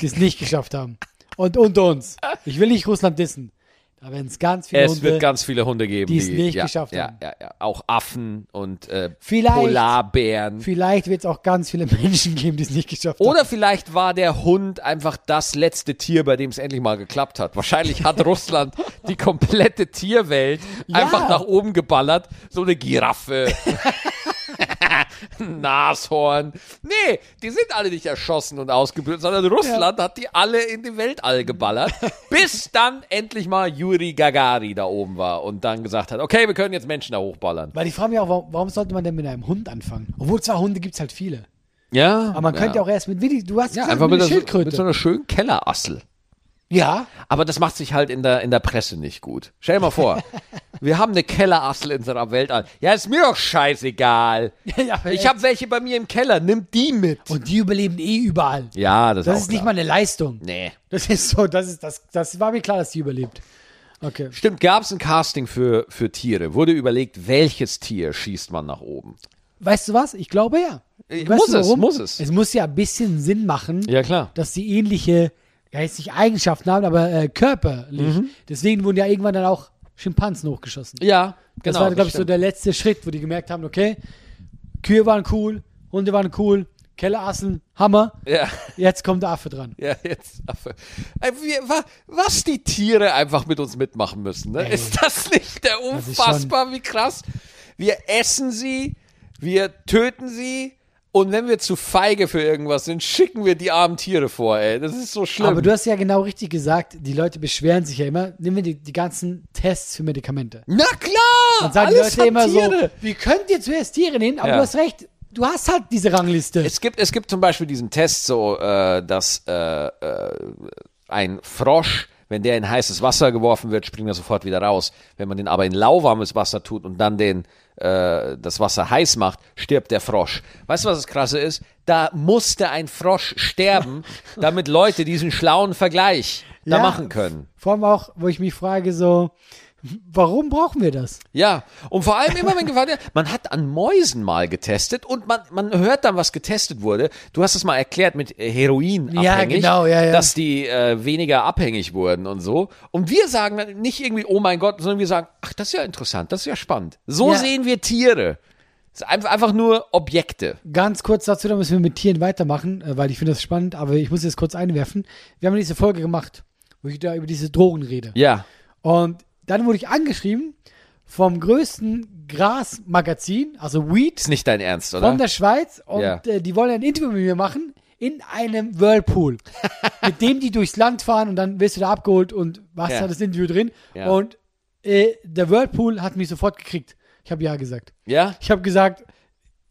Speaker 2: die es nicht geschafft haben. Und unter uns. Ich will nicht Russland dissen. Da werden es ganz viele
Speaker 1: Es
Speaker 2: Hunde.
Speaker 1: wird ganz viele Hunde geben,
Speaker 2: die es nicht
Speaker 1: ja,
Speaker 2: geschafft
Speaker 1: ja,
Speaker 2: haben.
Speaker 1: Ja, ja, auch Affen und äh,
Speaker 2: Vielleicht-
Speaker 1: Polarbären.
Speaker 2: Vielleicht wird es auch ganz viele Menschen geben, die es nicht geschafft haben.
Speaker 1: Oder vielleicht war der Hund einfach das letzte Tier, bei dem es endlich mal geklappt hat. Wahrscheinlich hat Russland die komplette Tierwelt einfach nach oben geballert. So eine Giraffe. ein Nashorn. Nee, die sind alle nicht erschossen und ausgebildet, sondern Russland hat die alle in die Weltall geballert, bis dann endlich mal Yuri Gagari da oben war und dann gesagt hat, okay, wir können jetzt Menschen da hochballern.
Speaker 2: Weil ich frage mich auch, warum, warum sollte man denn mit einem Hund anfangen? Obwohl zwar Hunde gibt es halt viele.
Speaker 1: Ja.
Speaker 2: Aber man könnte auch erst mit, wie die- du hast
Speaker 1: ja,
Speaker 2: gesagt,
Speaker 1: einfach
Speaker 2: mit
Speaker 1: mit,
Speaker 2: einer
Speaker 1: der- mit so
Speaker 2: Schildkröte.
Speaker 1: einer schönen Kellerassel.
Speaker 2: ja,
Speaker 1: Aber das macht sich halt in der, in der Presse nicht gut. Stell dir mal vor, wir haben eine Kellerassel in unserer Weltall. Ja, ist mir doch scheißegal.
Speaker 2: Ja, aber
Speaker 1: ich
Speaker 2: echt.
Speaker 1: habe welche bei mir im Keller, nimm die mit.
Speaker 2: und die überleben eh überall.
Speaker 1: Ja, das,
Speaker 2: das
Speaker 1: auch
Speaker 2: ist nicht
Speaker 1: klar.
Speaker 2: mal eine Leistung.
Speaker 1: Nee.
Speaker 2: Das ist so, das ist das, das war mir klar, dass die überlebt. Okay.
Speaker 1: Stimmt, gab es ein Casting für, für Tiere? Wurde überlegt, welches Tier schießt man nach oben?
Speaker 2: Weißt du was? Ich glaube ja.
Speaker 1: Äh,
Speaker 2: weißt
Speaker 1: muss
Speaker 2: du
Speaker 1: es, muss es.
Speaker 2: Es muss ja ein bisschen Sinn machen,
Speaker 1: Ja, klar.
Speaker 2: dass sie ähnliche, ja jetzt nicht Eigenschaften haben, aber äh, körperlich. Deswegen wurden ja irgendwann dann auch Schimpansen hochgeschossen.
Speaker 1: Mhm. Ja, genau.
Speaker 2: das war, glaube ich, so
Speaker 1: stimmt.
Speaker 2: der letzte Schritt, wo die gemerkt haben, okay, Kühe waren cool, Hunde waren cool, Kellerasseln, Hammer,
Speaker 1: Ja.
Speaker 2: jetzt kommt der Affe dran.
Speaker 1: Ja, jetzt. Affe. Äh, wir- wa- Was die Tiere einfach mit uns mitmachen müssen, ne? Ist das nicht der
Speaker 2: ist schon-
Speaker 1: unfassbar, wie krass? Wir essen sie, wir töten sie und wenn wir zu feige für irgendwas sind, schicken wir die armen Tiere vor, ey. Das ist so schlimm.
Speaker 2: Aber du hast ja genau richtig gesagt, die Leute beschweren sich ja immer, nehmen wir die, die ganzen Tests für Medikamente.
Speaker 1: Na klar!
Speaker 2: Dann sagen
Speaker 1: alles
Speaker 2: die Leute
Speaker 1: hat
Speaker 2: immer
Speaker 1: Tiere.
Speaker 2: so, wie könnt ihr zuerst Tiere nehmen? Aber
Speaker 1: Ja.
Speaker 2: du hast recht, du hast halt diese Rangliste.
Speaker 1: Es gibt, es gibt zum Beispiel diesen Test, so, äh, dass äh, äh, ein Frosch, wenn der in heißes Wasser geworfen wird, springt er sofort wieder raus. Wenn man den aber in lauwarmes Wasser tut und dann den, äh, das Wasser heiß macht, stirbt der Frosch. Weißt du, was das Krasse ist? Da musste ein Frosch sterben, damit Leute diesen schlauen Vergleich da
Speaker 2: Ja.
Speaker 1: machen können.
Speaker 2: Vor allem auch, wo ich mich frage, so, warum brauchen wir das?
Speaker 1: Ja, und vor allem immer, wenn gefragt wird, man hat an Mäusen mal getestet und man, man hört dann, was getestet wurde. Du hast es mal erklärt mit äh, Heroin
Speaker 2: Ja,
Speaker 1: abhängig,
Speaker 2: genau, ja, ja.
Speaker 1: dass die äh, weniger abhängig wurden und so. Und wir sagen dann nicht irgendwie, oh mein Gott, sondern wir sagen, ach, das ist ja interessant, das ist ja spannend. So
Speaker 2: Ja.
Speaker 1: sehen wir Tiere. Es ist einfach, einfach nur Objekte.
Speaker 2: Ganz kurz dazu, da müssen wir mit Tieren weitermachen, äh, weil ich finde das spannend, aber ich muss jetzt kurz einwerfen. Wir haben diese Folge gemacht, wo ich da über diese Drogen rede.
Speaker 1: Ja.
Speaker 2: Und dann wurde ich angeschrieben vom größten Grasmagazin, also Weed
Speaker 1: Ist nicht dein Ernst,
Speaker 2: von
Speaker 1: oder?
Speaker 2: der Schweiz und
Speaker 1: Ja.
Speaker 2: äh, die wollen ein Interview mit mir machen. in einem Whirlpool, mit dem die durchs Land fahren und dann wirst du da abgeholt und was
Speaker 1: Ja.
Speaker 2: hat das Interview drin.
Speaker 1: Ja.
Speaker 2: Und äh, der Whirlpool hat mich sofort gekriegt. Ich habe ja gesagt.
Speaker 1: Ja?
Speaker 2: Ich habe gesagt,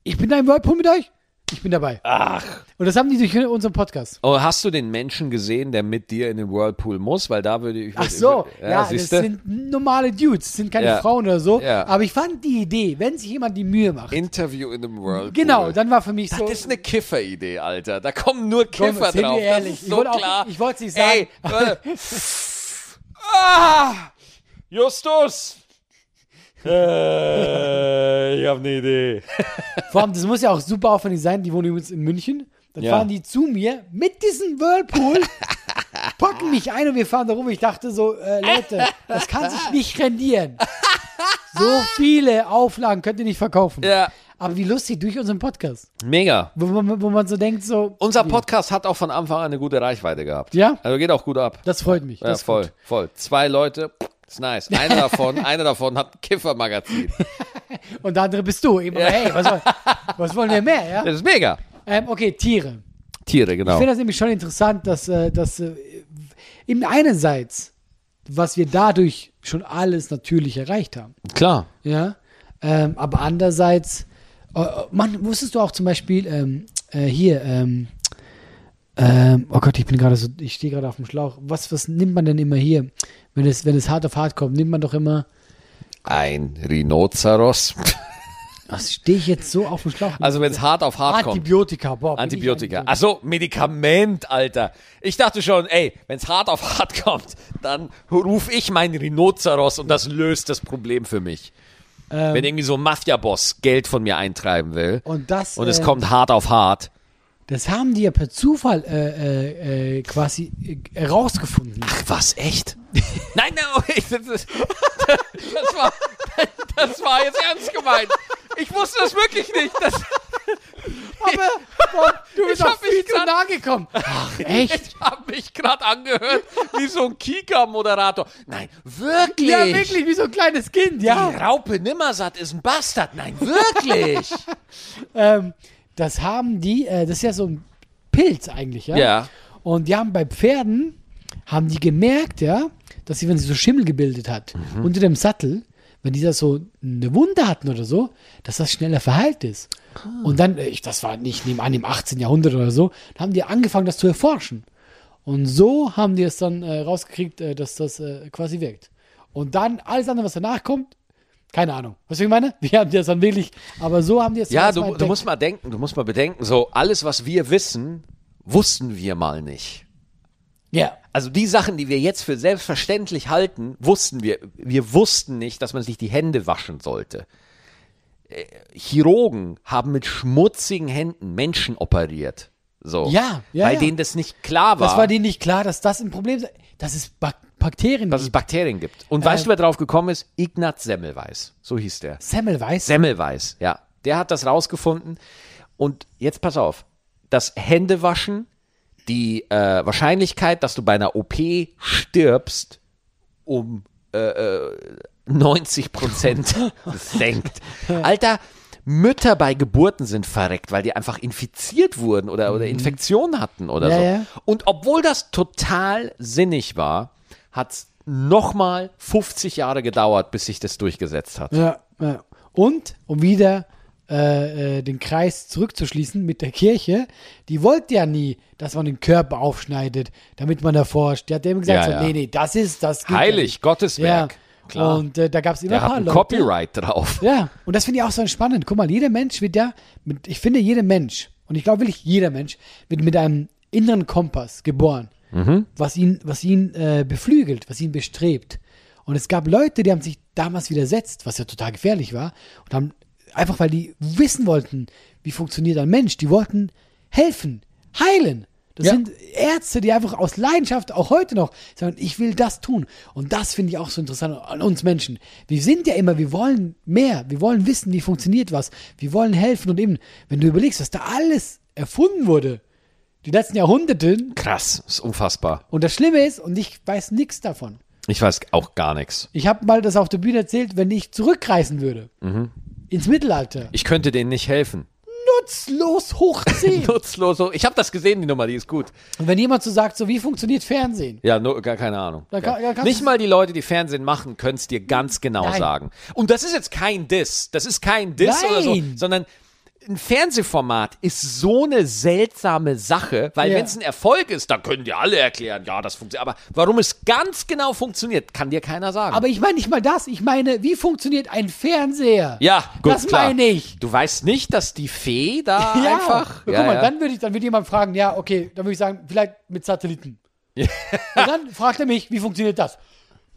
Speaker 2: ich bin da im Whirlpool mit euch. Ich bin dabei.
Speaker 1: Ach.
Speaker 2: Und das haben die durch unseren Podcast.
Speaker 1: Oh, hast du den Menschen gesehen, der mit dir in den Whirlpool muss? Weil da würde ich.
Speaker 2: Ach so,
Speaker 1: ich,
Speaker 2: ja, das
Speaker 1: siehste?
Speaker 2: sind normale Dudes, sind keine
Speaker 1: Ja.
Speaker 2: Frauen oder so.
Speaker 1: Ja.
Speaker 2: Aber ich fand die Idee, wenn sich jemand die Mühe macht,
Speaker 1: Interview in dem Whirlpool.
Speaker 2: genau, dann war für mich so.
Speaker 1: Das ist eine Kifferidee, Alter. Da kommen nur
Speaker 2: Komm,
Speaker 1: Kiffer
Speaker 2: sind wir
Speaker 1: drauf.
Speaker 2: ehrlich.
Speaker 1: Das ist
Speaker 2: Ich
Speaker 1: so
Speaker 2: wollte auch-
Speaker 1: klar.
Speaker 2: ich wollte es nicht
Speaker 1: Ey, äh, ah, Justus! Äh, ich habe
Speaker 2: ne
Speaker 1: eine Idee.
Speaker 2: Vor allem, das muss ja auch super aufwendig sein. Die wohnen übrigens in München. Dann
Speaker 1: Ja.
Speaker 2: fahren die zu mir mit diesem Whirlpool, packen mich ein und wir fahren da rum. Ich dachte so, äh, Leute, das kann sich nicht rendieren. So viele Auflagen könnt ihr nicht verkaufen.
Speaker 1: Ja.
Speaker 2: Aber wie lustig durch unseren Podcast,
Speaker 1: Mega.
Speaker 2: wo, man- wo man so denkt, so.
Speaker 1: Unser Podcast hat auch von Anfang an eine gute Reichweite gehabt.
Speaker 2: Ja.
Speaker 1: Also geht auch gut ab.
Speaker 2: Das freut mich.
Speaker 1: ja,
Speaker 2: das ist
Speaker 1: voll,
Speaker 2: gut.
Speaker 1: voll. Zwei Leute, ist nice. Einer davon, einer davon hat ein Kiffermagazin.
Speaker 2: Und der andere bist du. Eben, hey, was, soll, was wollen wir mehr? Ja?
Speaker 1: Das ist mega.
Speaker 2: Ähm, okay, Tiere.
Speaker 1: Tiere,
Speaker 2: Ich
Speaker 1: genau.
Speaker 2: finde das nämlich schon interessant, dass, äh, dass äh, eben einerseits, was wir dadurch schon alles natürlich erreicht haben,
Speaker 1: Klar.
Speaker 2: ja, ähm, aber andererseits, äh, äh, Mann, wusstest du auch zum Beispiel ähm, äh, hier, ähm, ähm, oh Gott, ich bin gerade so, ich stehe gerade auf dem Schlauch. Was, was nimmt man denn immer hier, wenn es, wenn es hart auf hart kommt, nimmt man doch immer,
Speaker 1: Ein Rhinoceros.
Speaker 2: was stehe ich jetzt so auf dem Schlauch?
Speaker 1: Also wenn es hart auf hart kommt.
Speaker 2: Antibiotika, boah. bin ich
Speaker 1: Antibiotika. Ach so, Medikament, Alter. Ich dachte schon, ey, wenn's hart auf hart kommt, dann ruf ich meinen Rhinoceros und das löst das Problem für mich. Wenn irgendwie so ein Mafia-Boss Geld von mir eintreiben will
Speaker 2: Ähm. Und das,
Speaker 1: und es
Speaker 2: äh,
Speaker 1: kommt hart auf hart.
Speaker 2: Das haben die ja per Zufall äh, äh, äh, quasi äh, herausgefunden.
Speaker 1: Ach, was, echt? nein, nein, oh, ich, das, das, das, war, das war jetzt ernst gemeint. Ich wusste das wirklich nicht. Das,
Speaker 2: Aber boah, du
Speaker 1: Ich
Speaker 2: bist
Speaker 1: hab
Speaker 2: auch viel
Speaker 1: mich
Speaker 2: zu
Speaker 1: grad-
Speaker 2: nah gekommen. Ach, echt?
Speaker 1: ich habe mich gerade angehört wie so ein Kika-Moderator. Nein, wirklich.
Speaker 2: Ja, wirklich, wie so ein kleines Kind,
Speaker 1: Die
Speaker 2: ja.
Speaker 1: Raupe Nimmersatt ist ein Bastard. Nein, wirklich.
Speaker 2: Ähm, das haben die, äh, das ist ja so ein Pilz eigentlich, ja?
Speaker 1: Ja.
Speaker 2: Und die haben bei Pferden, haben die gemerkt, ja, dass sie, wenn sie so Schimmel gebildet hat,
Speaker 1: Mhm.
Speaker 2: unter dem Sattel, wenn die da so eine Wunde hatten oder so, dass das schneller verheilt ist.
Speaker 1: Ah.
Speaker 2: Und dann, äh, ich, das war nicht nebenan im 18. Jahrhundert oder so, dann haben die angefangen, das zu erforschen. Und so haben die es dann äh, rausgekriegt, äh, dass das äh, quasi wirkt. Und dann alles andere, was danach kommt, keine Ahnung. Weißt du, wie ich meine? Wir haben das dann wirklich, aber so haben die es
Speaker 1: ja,
Speaker 2: erst mal
Speaker 1: du, du
Speaker 2: entdeckt.
Speaker 1: musst mal denken, du musst mal bedenken, so alles, was wir wissen, wussten wir mal nicht.
Speaker 2: Ja.
Speaker 1: Also die Sachen, die wir jetzt für selbstverständlich halten, wussten wir. Wir wussten nicht, dass man sich die Hände waschen sollte. Äh, Chirurgen haben mit schmutzigen Händen Menschen operiert. So.
Speaker 2: Ja, ja,
Speaker 1: Weil
Speaker 2: ja.
Speaker 1: denen das nicht klar war.
Speaker 2: Das war denen nicht klar, dass das ein Problem ist. Dass es Bak Bakterien
Speaker 1: dass es Bakterien gibt. Und weißt du, wer drauf gekommen ist? Ignaz Semmelweis. So hieß der.
Speaker 2: Semmelweis.
Speaker 1: Semmelweis, ja. Der hat das rausgefunden. Und jetzt pass auf: Das Händewaschen, die äh, Wahrscheinlichkeit, dass du bei einer OP stirbst, um äh, äh, 90 Prozent senkt. Alter, Mütter bei Geburten sind verreckt, weil die einfach infiziert wurden oder, oder Infektionen hatten oder
Speaker 2: Mhm. Ja,
Speaker 1: so.
Speaker 2: ja.
Speaker 1: Und obwohl das total sinnig war, hat es nochmal 50 Jahre gedauert, bis sich das durchgesetzt hat.
Speaker 2: Ja, ja. Und, um wieder äh, äh, den Kreis zurückzuschließen mit der Kirche, die wollte ja nie, dass man den Körper aufschneidet, damit man erforscht. Die hat eben gesagt,
Speaker 1: Ja,
Speaker 2: so,
Speaker 1: ja.
Speaker 2: nee, nee, das ist das. geht ja
Speaker 1: Heilig,
Speaker 2: nicht.
Speaker 1: Gottes
Speaker 2: Ja,
Speaker 1: Werk. Klar.
Speaker 2: Und äh, da gab es immer
Speaker 1: Der
Speaker 2: ein
Speaker 1: hat
Speaker 2: paar
Speaker 1: ein
Speaker 2: Leute.
Speaker 1: Copyright drauf.
Speaker 2: Ja, und das finde ich auch so spannend. Guck mal, jeder Mensch wird ja, mit, ich finde, jeder Mensch, und ich glaube wirklich jeder Mensch, wird mit einem inneren Kompass geboren, was ihn, was ihn äh, beflügelt, was ihn bestrebt. Und es gab Leute, die haben sich damals widersetzt, was ja total gefährlich war, und haben einfach, weil die wissen wollten, wie funktioniert ein Mensch, die wollten helfen, heilen. Das
Speaker 1: Ja.
Speaker 2: sind Ärzte, die einfach aus Leidenschaft auch heute noch sagen, ich will das tun. Und das finde ich auch so interessant an uns Menschen. Wir sind ja immer, wir wollen mehr, wir wollen wissen, wie funktioniert was, wir wollen helfen und eben, wenn du überlegst, was da alles erfunden wurde, die letzten Jahrhunderte,
Speaker 1: Krass, ist unfassbar.
Speaker 2: und das Schlimme ist, und ich weiß nichts davon.
Speaker 1: Ich weiß auch gar nichts.
Speaker 2: Ich habe mal das auf der Bühne erzählt, wenn ich zurückreisen würde ins Mittelalter.
Speaker 1: Ich könnte denen nicht helfen.
Speaker 2: nutzlos hochziehen.
Speaker 1: Nutzlos. so- Ich habe das gesehen, die Nummer, die ist gut.
Speaker 2: Und wenn jemand so sagt, so wie funktioniert Fernsehen?
Speaker 1: Ja, nur, gar keine Ahnung.
Speaker 2: Da kann- da kannst
Speaker 1: Nicht
Speaker 2: du-
Speaker 1: mal die Leute, die Fernsehen machen, können es dir ganz genau
Speaker 2: Nein.
Speaker 1: sagen. Und das ist jetzt kein Diss. Das ist kein Diss oder so,
Speaker 2: Nein.
Speaker 1: sondern ein Fernsehformat ist so eine seltsame Sache, weil
Speaker 2: Ja.
Speaker 1: wenn es ein Erfolg ist, dann können dir alle erklären, ja, das funktioniert. Aber warum es ganz genau funktioniert, kann dir keiner sagen.
Speaker 2: Aber ich meine nicht mal das. Ich meine, wie funktioniert ein Fernseher?
Speaker 1: ja, gut,
Speaker 2: Das
Speaker 1: klar.
Speaker 2: meine ich.
Speaker 1: Du weißt nicht, dass die Fee da
Speaker 2: Ja.
Speaker 1: einfach.
Speaker 2: Guck mal, dann würde ich, dann würde jemand fragen, ja, okay, dann würde ich sagen, vielleicht mit Satelliten. Und dann fragt er mich, wie funktioniert das?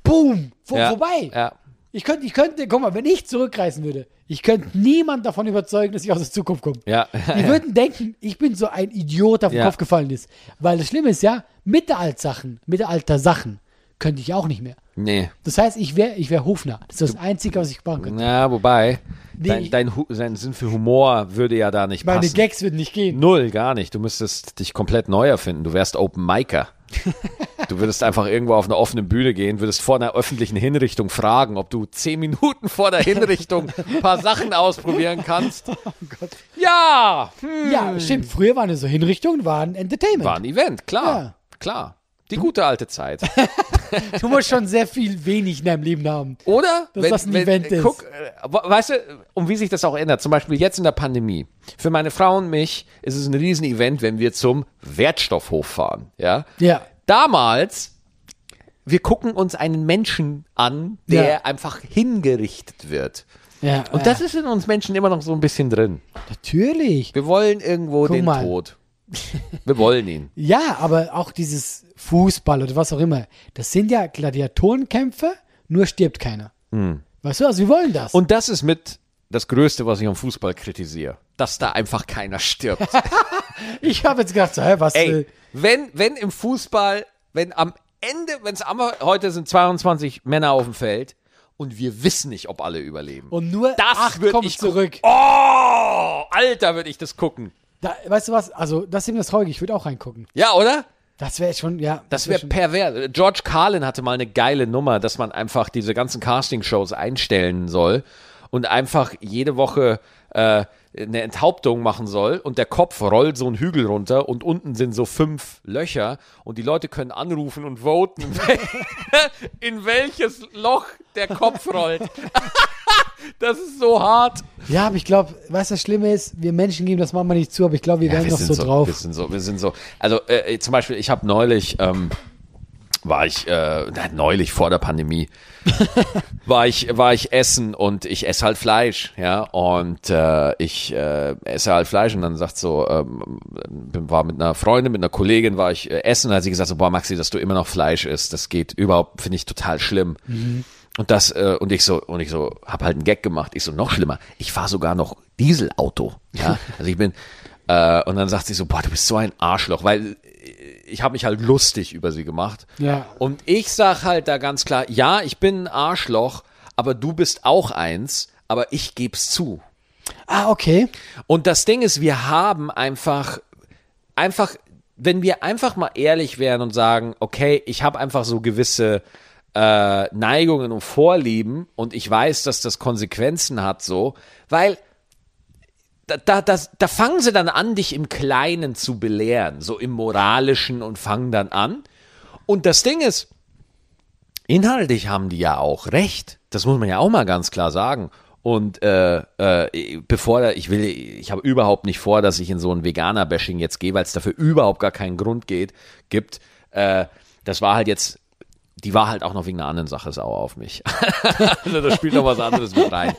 Speaker 2: Boom, vor,
Speaker 1: Ja.
Speaker 2: vorbei.
Speaker 1: Ja.
Speaker 2: Ich könnte, ich könnte, guck mal, wenn ich zurückreisen würde, ich könnte niemand davon überzeugen, dass ich aus der Zukunft komme.
Speaker 1: Ja.
Speaker 2: Die würden denken, ich bin so ein Idiot, der auf den
Speaker 1: Ja.
Speaker 2: Kopf gefallen ist. Weil das Schlimme ist ja, Mittelalter-Sachen, Mittelalter-Sachen könnte ich auch nicht mehr.
Speaker 1: Nee.
Speaker 2: Das heißt, ich wäre ich wär Hofner. Das ist das Einzige, was ich machen könnte.
Speaker 1: Ja, wobei,
Speaker 2: Nee,
Speaker 1: dein,
Speaker 2: ich-
Speaker 1: dein, Hu- sein Sinn für Humor würde ja da nicht
Speaker 2: Meine
Speaker 1: passen.
Speaker 2: Gags würden nicht gehen.
Speaker 1: Null, gar nicht. Du müsstest dich komplett neu erfinden. Du wärst Open Micer. Du würdest einfach irgendwo auf eine offene Bühne gehen, würdest vor einer öffentlichen Hinrichtung fragen, ob du zehn Minuten vor der Hinrichtung ein paar Sachen ausprobieren kannst.
Speaker 2: Oh
Speaker 1: Ja, hm,
Speaker 2: Ja, stimmt. Früher waren es so Hinrichtungen, waren Entertainment.
Speaker 1: war ein Event, klar,
Speaker 2: Ja.
Speaker 1: klar. Die gute alte Zeit.
Speaker 2: Du musst schon sehr viel wenig in deinem Leben haben.
Speaker 1: Oder?
Speaker 2: Dass das ein Event ist.
Speaker 1: Guck, äh, weißt du, um wie sich das auch ändert. Zum Beispiel jetzt in der Pandemie. Für meine Frau und mich ist es ein Riesenevent, wenn wir zum Wertstoffhof fahren. Ja.
Speaker 2: Ja.
Speaker 1: Damals, wir gucken uns einen Menschen an, der
Speaker 2: Ja.
Speaker 1: einfach hingerichtet wird.
Speaker 2: Ja,
Speaker 1: Und das ist in uns Menschen immer noch so ein bisschen drin.
Speaker 2: natürlich.
Speaker 1: Wir wollen irgendwo den
Speaker 2: mal.
Speaker 1: Tod. Wir wollen ihn.
Speaker 2: Ja, aber auch dieses Fußball oder was auch immer, das sind ja Gladiatorenkämpfe, nur stirbt keiner. Weißt du, also wir wollen das.
Speaker 1: Hm. Und das ist mit das Größte, was ich am Fußball kritisiere. Dass da einfach keiner stirbt.
Speaker 2: ich habe jetzt gedacht, so, hä, was?
Speaker 1: Ey,
Speaker 2: äh,
Speaker 1: wenn, wenn im Fußball, wenn am Ende, wenn es am heute sind 22 Männer auf dem Feld und wir wissen nicht, ob alle überleben.
Speaker 2: und nur
Speaker 1: das
Speaker 2: acht
Speaker 1: würd
Speaker 2: kommen
Speaker 1: ich gu-
Speaker 2: zurück.
Speaker 1: Oh, Alter, würde ich das gucken.
Speaker 2: Da, weißt du was? Also, das ist eben das Traurige. Ich würde auch reingucken.
Speaker 1: Ja, oder?
Speaker 2: Das wäre schon, ja.
Speaker 1: Das wäre
Speaker 2: schon-
Speaker 1: pervers. George Carlin hatte mal eine geile Nummer, dass man einfach diese ganzen Castingshows einstellen soll und einfach jede Woche äh, eine Enthauptung machen soll und der Kopf rollt so einen Hügel runter und unten sind so fünf Löcher und die Leute können anrufen und voten, in wel- in welches Loch der Kopf rollt. das ist so hart.
Speaker 2: Ja, aber ich glaube, weißt du, das Schlimme ist, wir Menschen geben das manchmal nicht zu, aber ich glaube, wir werden noch so,
Speaker 1: Wir
Speaker 2: drauf.
Speaker 1: sind so, wir sind so. Also äh, zum Beispiel, ich habe neulich, ähm, war ich, äh, na, neulich vor der Pandemie, war ich, war ich essen und ich esse halt Fleisch, ja, und äh, ich äh, esse halt Fleisch und dann sagt so, ähm, bin, war mit einer Freundin, mit einer Kollegin war ich äh, essen und hat sie gesagt so, boah Maxi, dass du immer noch Fleisch isst, das geht überhaupt, finde ich total schlimm. Und das äh, und ich so und ich so habe halt einen Gag gemacht. Ich so noch schlimmer. Ich fahre sogar noch Dieselauto. Ja, also ich bin äh, und dann sagt sie so, boah, du bist so ein Arschloch, weil äh, ich habe mich halt lustig über sie gemacht.
Speaker 2: Ja.
Speaker 1: Und ich sag halt da ganz klar, ja, ich bin ein Arschloch, aber du bist auch eins, aber ich geb's zu.
Speaker 2: Ah, okay.
Speaker 1: Und das Ding ist, wir haben einfach, einfach, wenn wir einfach mal ehrlich wären und sagen, okay, ich habe einfach so gewisse äh, Neigungen und Vorlieben und ich weiß, dass das Konsequenzen hat, so, weil da, da, das, da fangen sie dann an, dich im Kleinen zu belehren, so im Moralischen und fangen dann an. Und das Ding ist, inhaltlich haben die ja auch recht. Das muss man ja auch mal ganz klar sagen. Und äh, äh, bevor da- ich will, ich habe überhaupt nicht vor, dass ich in so ein Veganer-Bashing jetzt gehe, weil es dafür überhaupt gar keinen Grund geht, gibt. Äh, das war halt jetzt, die war halt auch noch wegen einer anderen Sache sauer auf mich. also da spielt noch was anderes mit rein.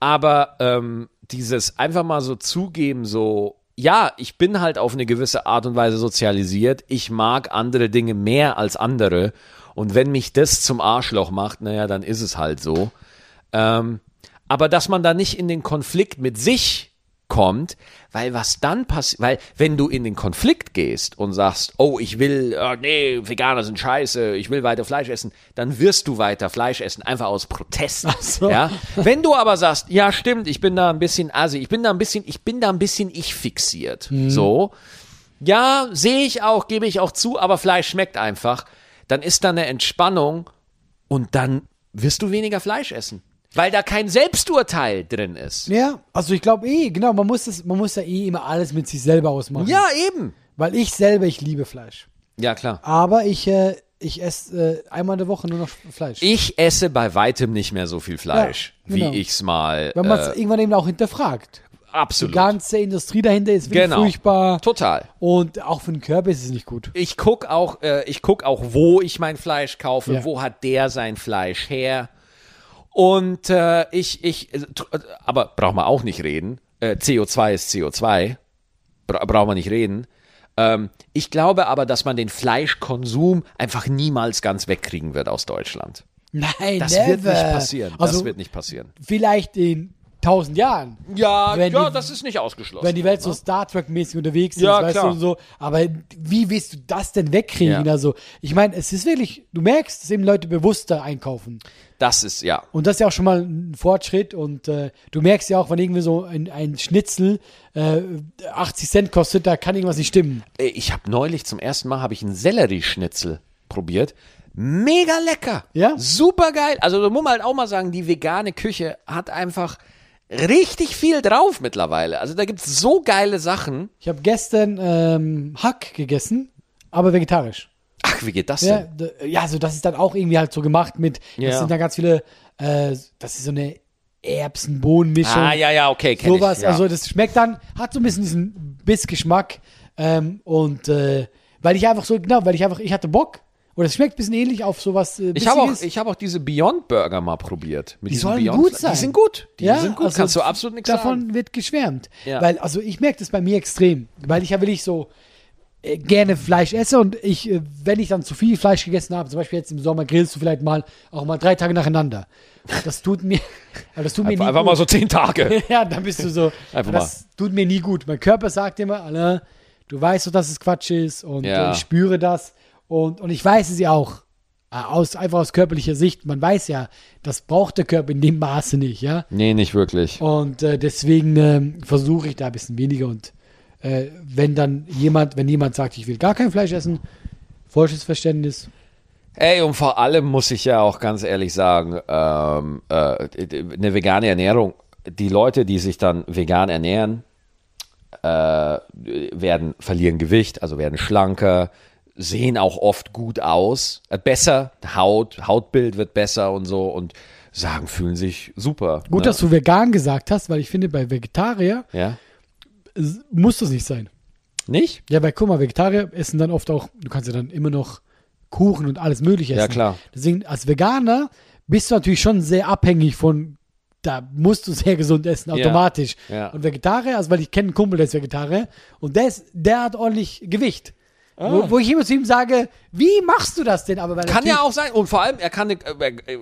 Speaker 1: Aber ähm, dieses einfach mal so zugeben, so, ja, ich bin halt auf eine gewisse Art und Weise sozialisiert. Ich mag andere Dinge mehr als andere. Und wenn mich das zum Arschloch macht, naja, dann ist es halt so. Ähm, aber dass man da nicht in den Konflikt mit sich kommt, weil was dann passiert, weil wenn du in den Konflikt gehst und sagst, oh, ich will, äh, nee, Veganer sind scheiße, ich will weiter Fleisch essen, dann wirst du weiter Fleisch essen, einfach aus Protest.
Speaker 2: so.
Speaker 1: Ja? Wenn du aber sagst, ja, stimmt, ich bin da ein bisschen assi, ich bin da ein bisschen, ich bin da ein bisschen ich fixiert, so, ja, sehe ich auch, gebe ich auch zu, aber Fleisch schmeckt einfach, dann ist da eine Entspannung und dann wirst du weniger Fleisch essen. Weil da kein Selbsturteil drin ist.
Speaker 2: Ja, also ich glaube eh, genau, man muss, das, man muss ja eh immer alles mit sich selber ausmachen.
Speaker 1: Ja, eben.
Speaker 2: Weil ich selber, ich liebe Fleisch.
Speaker 1: Ja, klar.
Speaker 2: Aber ich, äh, ich esse äh, einmal in der Woche nur noch Fleisch.
Speaker 1: Ich esse bei weitem nicht mehr so viel Fleisch,
Speaker 2: Ja, genau.
Speaker 1: wie ich's mal.
Speaker 2: Wenn man es
Speaker 1: Äh,
Speaker 2: irgendwann eben auch hinterfragt. Die
Speaker 1: absolut.
Speaker 2: ganze Industrie dahinter ist wirklich
Speaker 1: Genau.
Speaker 2: furchtbar.
Speaker 1: Total.
Speaker 2: Und auch für den Körper ist es nicht gut.
Speaker 1: Ich guck auch, äh, ich guck auch, wo ich mein Fleisch kaufe,
Speaker 2: Ja.
Speaker 1: wo hat der sein Fleisch her. Und äh, ich, ich, äh, tr- äh, aber braucht man auch nicht reden. Äh, CO2 ist CO2. Bra braucht man nicht reden. Ähm, ich glaube aber, dass man den Fleischkonsum einfach niemals ganz wegkriegen wird aus Deutschland.
Speaker 2: Nein,
Speaker 1: Das
Speaker 2: never.
Speaker 1: wird nicht passieren.
Speaker 2: Also
Speaker 1: das wird nicht passieren.
Speaker 2: vielleicht in tausend Jahren,
Speaker 1: Ja,
Speaker 2: wenn
Speaker 1: ja,
Speaker 2: die-
Speaker 1: das ist nicht ausgeschlossen.
Speaker 2: wenn die Welt so Star Trek-mäßig unterwegs ist,
Speaker 1: ne? Ja,
Speaker 2: weißt
Speaker 1: klar.
Speaker 2: du und so. Aber wie willst du das denn wegkriegen?
Speaker 1: Ja.
Speaker 2: Also, ich meine, es ist wirklich, du merkst, dass eben Leute bewusster einkaufen.
Speaker 1: das ist, ja.
Speaker 2: Und das ist ja auch schon mal ein Fortschritt. Und äh, du merkst ja auch, wenn irgendwie so ein, ein Schnitzel äh, 80 Cent kostet, da kann irgendwas nicht stimmen.
Speaker 1: Äh, Ich habe neulich zum ersten Mal habe ich einen Sellerieschnitzel probiert. Mega lecker.
Speaker 2: Ja?
Speaker 1: Super geil. Also da muss man halt auch mal sagen, die vegane Küche hat einfach richtig viel drauf mittlerweile. Also da gibt's so geile Sachen.
Speaker 2: Ich habe gestern ähm, Hack gegessen, aber vegetarisch.
Speaker 1: Ach, wie geht das
Speaker 2: Ja,
Speaker 1: denn?
Speaker 2: d- ja, also das ist dann auch irgendwie halt so gemacht mit,
Speaker 1: Ja.
Speaker 2: das sind dann ganz viele, äh, das ist so eine Erbsen-Bohnen-Mischung.
Speaker 1: Ah, ja, ja, okay, kenn
Speaker 2: sowas.
Speaker 1: ich. Ja.
Speaker 2: Also das schmeckt dann, hat so ein bisschen diesen Bissgeschmack. Ähm, und äh, weil ich einfach so, genau, weil ich einfach, ich hatte Bock. Oder es schmeckt ein bisschen ähnlich auf sowas. Äh,
Speaker 1: ich habe auch,
Speaker 2: Bissiges.
Speaker 1: ich hab auch diese Beyond Burger mal probiert. Mit
Speaker 2: Die
Speaker 1: diesem
Speaker 2: sollen
Speaker 1: Beyond
Speaker 2: gut sein.
Speaker 1: Die sind gut. Die
Speaker 2: ja,
Speaker 1: sind gut.
Speaker 2: also
Speaker 1: Kannst du absolut nichts
Speaker 2: Davon
Speaker 1: sagen.
Speaker 2: wird geschwärmt.
Speaker 1: Ja.
Speaker 2: Weil, also ich merke das bei mir extrem. Weil ich ja wirklich so äh, gerne Fleisch esse und ich, äh, wenn ich dann zu viel Fleisch gegessen habe, zum Beispiel jetzt im Sommer grillst du vielleicht mal auch mal drei Tage nacheinander. Das tut mir, aber das tut mir
Speaker 1: Einfach,
Speaker 2: nie
Speaker 1: einfach
Speaker 2: gut.
Speaker 1: mal so zehn Tage.
Speaker 2: Ja, dann bist du so.
Speaker 1: Einfach
Speaker 2: das tut mir nie gut. Mein Körper sagt immer, Alain, du weißt doch, dass es Quatsch ist und
Speaker 1: Ja.
Speaker 2: äh, ich spüre das. Und, und ich weiß es ja auch. Äh, Aus, einfach aus körperlicher Sicht. Man weiß ja, das braucht der Körper in dem Maße nicht, ja.
Speaker 1: nee, nicht wirklich.
Speaker 2: Und äh, deswegen ähm, versuche ich da ein bisschen weniger. Und äh, wenn dann jemand, wenn jemand sagt, ich will gar kein Fleisch essen, falsches Verständnis.
Speaker 1: Ey, und vor allem muss ich ja auch ganz ehrlich sagen, ähm, äh, eine vegane Ernährung, die Leute, die sich dann vegan ernähren, äh, werden, verlieren Gewicht, also werden schlanker, sehen auch oft gut aus, äh, besser, Haut, Hautbild wird besser und so und sagen, fühlen sich super.
Speaker 2: Gut,
Speaker 1: ne?
Speaker 2: dass du vegan gesagt hast, weil ich finde, bei Vegetarier
Speaker 1: Ja?
Speaker 2: äh, muss das nicht sein.
Speaker 1: Nicht?
Speaker 2: Ja, bei guck mal, Vegetarier essen dann oft auch, du kannst ja dann immer noch Kuchen und alles mögliche essen.
Speaker 1: Ja, klar.
Speaker 2: Deswegen, als Veganer bist du natürlich schon sehr abhängig von, da musst du sehr gesund essen, automatisch.
Speaker 1: ja.
Speaker 2: Und Vegetarier, also weil ich kenne einen Kumpel, der ist Vegetarier und der, ist, der hat ordentlich Gewicht. Wo, wo ich immer zu ihm sage, wie machst du das denn? Aber weil
Speaker 1: Ah. Kann ja
Speaker 2: natürlich-
Speaker 1: auch sein. Und vor allem, er kann, äh, äh,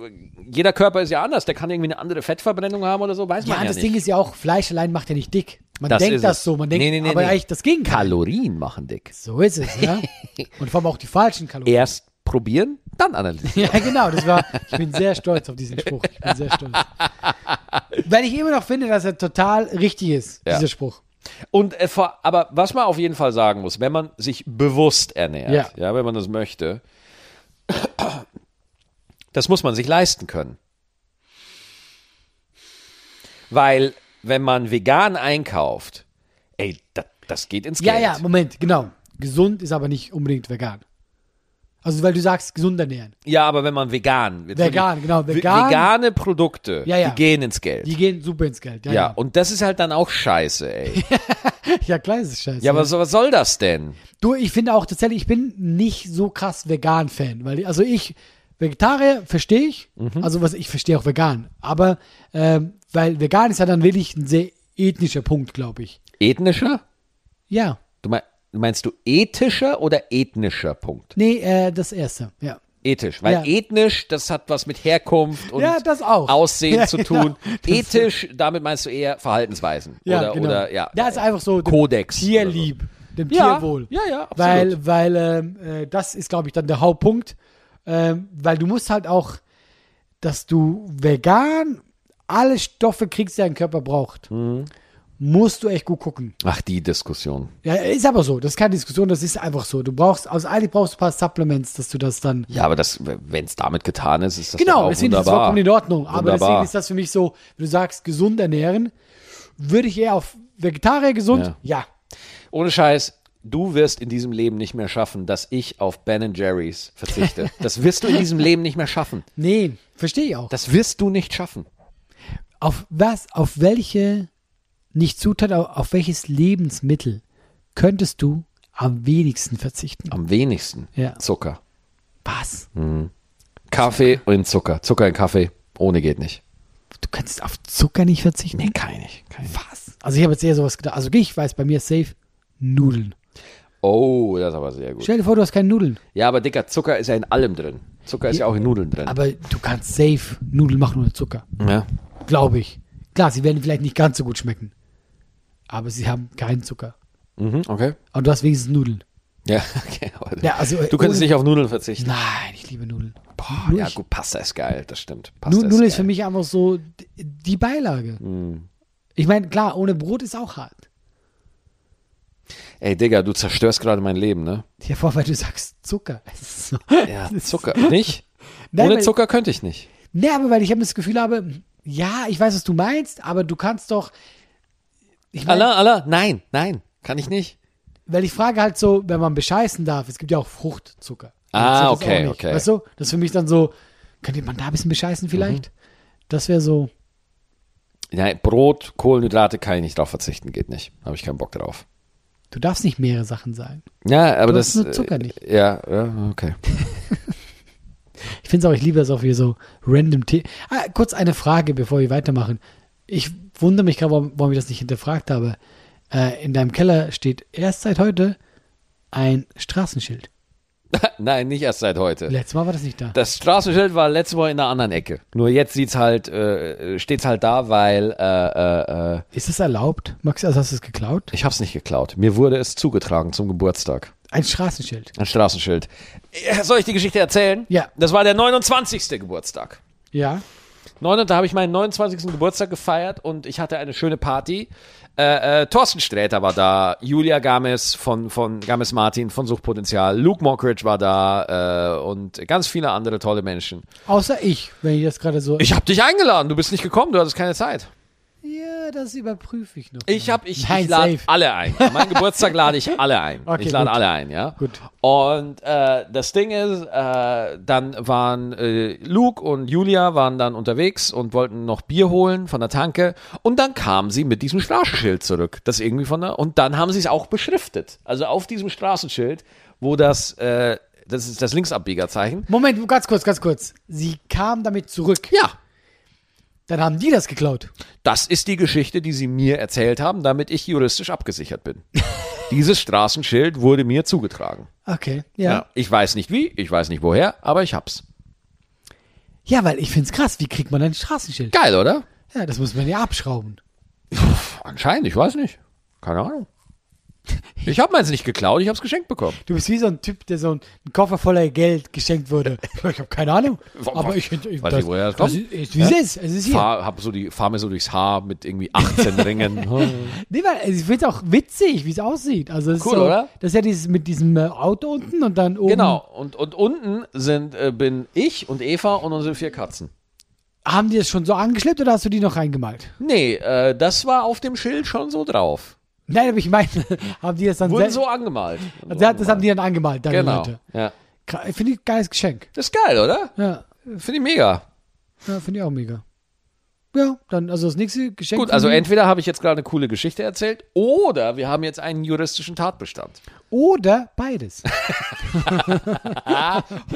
Speaker 1: jeder Körper ist ja anders. Der kann irgendwie eine andere Fettverbrennung haben oder so, weiß
Speaker 2: Ja,
Speaker 1: man ja
Speaker 2: das
Speaker 1: nicht.
Speaker 2: Ding ist ja auch, Fleisch allein macht ja nicht dick. Man
Speaker 1: Das ist
Speaker 2: denkt das
Speaker 1: es.
Speaker 2: so, man denkt,
Speaker 1: Nee, nee, nee,
Speaker 2: aber
Speaker 1: nee.
Speaker 2: eigentlich das Gegenteil.
Speaker 1: Kalorien machen dick.
Speaker 2: so ist es, ja. Und vor allem auch die falschen Kalorien.
Speaker 1: erst probieren, dann analysieren.
Speaker 2: Ja, genau, das war, ich bin sehr stolz auf diesen Spruch. Ich bin sehr stolz. Weil ich immer noch finde, dass er total richtig ist,
Speaker 1: Ja.
Speaker 2: dieser Spruch.
Speaker 1: Und äh, vor, aber was man auf jeden Fall sagen muss, wenn man sich bewusst ernährt, ja,
Speaker 2: Ja.
Speaker 1: wenn man das möchte, das muss man sich leisten können. Weil wenn man vegan einkauft, ey, das, das geht ins
Speaker 2: Ja,
Speaker 1: Geld.
Speaker 2: ja, Moment, genau. Gesund ist aber nicht unbedingt vegan. Also, weil du sagst, gesund ernähren.
Speaker 1: ja, aber wenn man vegan, jetzt
Speaker 2: Vegan,
Speaker 1: wirklich-
Speaker 2: genau,
Speaker 1: ve-
Speaker 2: vegan.
Speaker 1: vegane Produkte,
Speaker 2: Ja, ja.
Speaker 1: die gehen ins Geld.
Speaker 2: Die gehen super ins Geld. Ja,
Speaker 1: ja,
Speaker 2: ja.
Speaker 1: und das ist halt dann auch scheiße, ey.
Speaker 2: ja. klar ist es scheiße.
Speaker 1: Ja, aber so, was soll das denn?
Speaker 2: Du, ich finde auch tatsächlich, ich bin nicht so krass Vegan-Fan, weil also ich, Vegetarier verstehe ich,
Speaker 1: Mhm.
Speaker 2: also was ich verstehe auch vegan, aber ähm, weil vegan ist ja dann wirklich ein sehr ethnischer Punkt, glaube ich.
Speaker 1: Ethnischer?
Speaker 2: Ja,
Speaker 1: Du mein, meinst du ethischer oder ethnischer Punkt?
Speaker 2: nee, äh, das erste, ja.
Speaker 1: Ethisch, weil
Speaker 2: Ja.
Speaker 1: ethnisch, das hat was mit Herkunft und
Speaker 2: Ja, das auch.
Speaker 1: Aussehen
Speaker 2: Ja,
Speaker 1: zu
Speaker 2: genau.
Speaker 1: tun. Ethisch, damit meinst du eher Verhaltensweisen
Speaker 2: Ja,
Speaker 1: oder,
Speaker 2: genau.
Speaker 1: oder ja.
Speaker 2: Da ist einfach so dem
Speaker 1: Kodex
Speaker 2: Tierlieb, dem
Speaker 1: Ja,
Speaker 2: Tierwohl.
Speaker 1: ja, ja, absolut.
Speaker 2: Weil, weil ähm, äh, das ist, glaube ich, dann der Hauptpunkt. Ähm, weil du musst halt auch,
Speaker 1: Mhm.
Speaker 2: dass du vegan alle Stoffe kriegst, die dein Körper braucht. musst du echt gut gucken.
Speaker 1: Ach, die Diskussion.
Speaker 2: Ja, ist aber so. Das ist keine Diskussion, das ist einfach so. Du brauchst, aus eigentlich brauchst du ein paar Supplements, dass du das dann.
Speaker 1: Ja, aber das, wenn es damit getan ist, ist das doch
Speaker 2: Genau,
Speaker 1: auch
Speaker 2: deswegen ist das
Speaker 1: wunderbar.
Speaker 2: vollkommen in Ordnung. Aber
Speaker 1: Wunderbar.
Speaker 2: deswegen ist das für mich so, wenn du sagst, gesund ernähren, würde ich eher auf Vegetarier gesund? Ja.
Speaker 1: Ohne Scheiß, du wirst in diesem Leben nicht mehr schaffen, dass ich auf Ben Jerry's verzichte. Das wirst du in diesem Leben nicht mehr schaffen.
Speaker 2: Nee, verstehe ich auch.
Speaker 1: Das wirst du nicht schaffen.
Speaker 2: Auf was, auf welche, nicht Zutat, au- auf welches Lebensmittel könntest du am wenigsten verzichten?
Speaker 1: Am wenigsten
Speaker 2: Ja.
Speaker 1: Zucker.
Speaker 2: Was?
Speaker 1: Kaffee in Zucker. Zucker in Kaffee. Ohne geht nicht.
Speaker 2: Du kannst auf Zucker nicht verzichten?
Speaker 1: Nee, kann ich nicht. Kann ich nicht.
Speaker 2: Was? Also ich habe jetzt eher sowas gedacht. Also ich weiß, bei mir ist safe Nudeln.
Speaker 1: Oh, das ist aber sehr gut.
Speaker 2: Stell dir vor, du hast keine Nudeln.
Speaker 1: Ja, aber dicker Zucker ist ja in allem drin. Zucker ist ja auch in Nudeln drin.
Speaker 2: Aber du kannst safe Nudeln machen ohne Zucker.
Speaker 1: Ja.
Speaker 2: Glaube ich. Klar, sie werden vielleicht nicht ganz so gut schmecken. Aber sie haben keinen Zucker.
Speaker 1: Mhm, okay.
Speaker 2: Aber du hast wenigstens Nudeln.
Speaker 1: Ja, okay. aber-
Speaker 2: Ja, also, äh,
Speaker 1: du könntest
Speaker 2: ohne-
Speaker 1: nicht auf Nudeln verzichten.
Speaker 2: Nein, ich liebe Nudeln.
Speaker 1: Boah,
Speaker 2: Nudeln-
Speaker 1: ja, gut, Pasta ist geil, das stimmt. Pasta
Speaker 2: Nu- Nudeln ist
Speaker 1: geil.
Speaker 2: für
Speaker 1: Hm.
Speaker 2: mich einfach so d- die Beilage. Ich meine, klar, ohne Brot ist auch hart.
Speaker 1: Ey, Digga, du zerstörst gerade mein Leben, ne?
Speaker 2: Ja, vor, weil du sagst Zucker. So.
Speaker 1: Ja, Zucker. Nicht?
Speaker 2: Nein,
Speaker 1: Ohne
Speaker 2: weil-
Speaker 1: Zucker könnte ich nicht.
Speaker 2: Nee, aber weil ich habe das Gefühl habe, ja, ich weiß, was du meinst, aber du kannst doch. Ich mein,
Speaker 1: Allah, Allah, nein, nein, kann ich nicht.
Speaker 2: Weil ich frage halt so, wenn man bescheißen darf, es gibt ja auch Fruchtzucker. Also,
Speaker 1: Ah,
Speaker 2: Das ist jetzt auch
Speaker 1: okay,
Speaker 2: nicht.
Speaker 1: okay.
Speaker 2: Weißt du, das ist für mich dann so, könnte man da ein bisschen bescheißen vielleicht?
Speaker 1: Mhm.
Speaker 2: Das wäre so,
Speaker 1: Nein, Brot, Kohlenhydrate kann ich nicht drauf verzichten, geht nicht. Habe ich keinen Bock drauf.
Speaker 2: du darfst nicht mehrere Sachen sein.
Speaker 1: Ja, aber
Speaker 2: Du
Speaker 1: das.
Speaker 2: hast nur Zucker nicht.
Speaker 1: äh, Ja, ja, okay.
Speaker 2: Ich finde es auch, ich liebe es auch, wie so random Tee. Ah, kurz eine Frage, bevor wir weitermachen. Ich wundere mich gerade, warum, warum ich das nicht hinterfragt habe. Äh, in deinem Keller steht erst seit heute ein Straßenschild.
Speaker 1: nein, nicht erst seit heute.
Speaker 2: Letztes Mal war das nicht da.
Speaker 1: Das Straßenschild war letztes Mal in einer anderen Ecke. Nur jetzt sieht's halt, äh, steht's halt da, weil äh, äh, äh,
Speaker 2: Ist das erlaubt, Max? Also hast du es geklaut?
Speaker 1: ich hab's nicht geklaut. Mir wurde es zugetragen zum Geburtstag.
Speaker 2: Ein Straßenschild.
Speaker 1: Ein Straßenschild. Äh, Soll ich die Geschichte erzählen?
Speaker 2: Ja.
Speaker 1: Das war der 29. Geburtstag.
Speaker 2: Ja.
Speaker 1: Neun, da habe ich meinen 29. Geburtstag gefeiert und ich hatte eine schöne Party. Äh, äh, Thorsten Sträter war da, Julia Games von, von Games Martin von Suchtpotenzial, Luke Mockridge war da äh, und ganz viele andere tolle Menschen.
Speaker 2: Außer ich, wenn ich das gerade so.
Speaker 1: Ich habe dich eingeladen, du bist nicht gekommen, du hattest keine Zeit.
Speaker 2: Ja, das überprüfe ich noch.
Speaker 1: Ich
Speaker 2: mal.
Speaker 1: habe ich,
Speaker 2: Nein,
Speaker 1: ich lade
Speaker 2: safe.
Speaker 1: alle ein. An meinem Geburtstag lade ich alle ein.
Speaker 2: Okay,
Speaker 1: ich lade
Speaker 2: gut.
Speaker 1: alle ein, ja.
Speaker 2: Gut.
Speaker 1: Und äh, das Ding ist, äh, dann waren äh, Luke und Julia waren dann unterwegs und wollten noch Bier holen von der Tanke und dann kamen sie mit diesem Straßenschild zurück, das irgendwie von der und dann haben sie es auch beschriftet. Also auf diesem Straßenschild, wo das äh, das ist das Linksabbiegerzeichen.
Speaker 2: Moment, ganz kurz, ganz kurz. Sie kam damit zurück.
Speaker 1: Ja,
Speaker 2: Dann haben die das geklaut.
Speaker 1: Das ist die Geschichte, die sie mir erzählt haben, damit ich juristisch abgesichert bin. Dieses Straßenschild wurde mir zugetragen.
Speaker 2: Okay, ja.
Speaker 1: Ich weiß nicht wie, ich weiß nicht woher, aber ich hab's.
Speaker 2: Ja, weil ich find's krass. Wie kriegt man ein Straßenschild?
Speaker 1: Geil, oder?
Speaker 2: Ja, das muss man ja abschrauben.
Speaker 1: Pff, Anscheinend, ich weiß nicht. Keine Ahnung. Ich habe meins nicht geklaut, ich hab's geschenkt bekommen.
Speaker 2: Du bist wie so ein Typ, der so ein, ein Koffer voller Geld geschenkt wurde. Ich habe keine Ahnung.
Speaker 1: Wa- wa-
Speaker 2: aber ich, ich
Speaker 1: weiß nicht, woher das
Speaker 2: das
Speaker 1: kommt.
Speaker 2: ist, ist, wie es ist. Es ist hier.
Speaker 1: Fahr, hab so die, fahr mir so durchs Haar mit irgendwie 18 Ringen.
Speaker 2: Nee, weil also ich find's auch witzig, wie es aussieht. Also es
Speaker 1: Cool,
Speaker 2: ist so,
Speaker 1: oder?
Speaker 2: Das ist ja dieses mit diesem äh, Auto unten und dann oben.
Speaker 1: genau. Und, und unten sind, äh, bin ich und Eva und unsere vier Katzen.
Speaker 2: Haben die das schon so angeschleppt oder hast du die noch reingemalt?
Speaker 1: Nee, äh, das war auf dem Schild schon so drauf.
Speaker 2: Nein, aber ich meine, haben die das dann
Speaker 1: Wurden
Speaker 2: sel-
Speaker 1: so angemalt.
Speaker 2: Also der hat- das haben die dann angemalt, deine
Speaker 1: Genau.
Speaker 2: Leute.
Speaker 1: Ja.
Speaker 2: Kra- Finde ich ein geiles Geschenk.
Speaker 1: Das ist geil, oder?
Speaker 2: Ja,
Speaker 1: Finde ich mega.
Speaker 2: ja finde ich auch mega. Ja, dann, also das nächste Geschenk.
Speaker 1: Gut, also
Speaker 2: von mir.
Speaker 1: entweder habe ich jetzt gerade eine coole Geschichte erzählt oder wir haben jetzt einen juristischen Tatbestand.
Speaker 2: Oder beides.
Speaker 1: Hoffentlich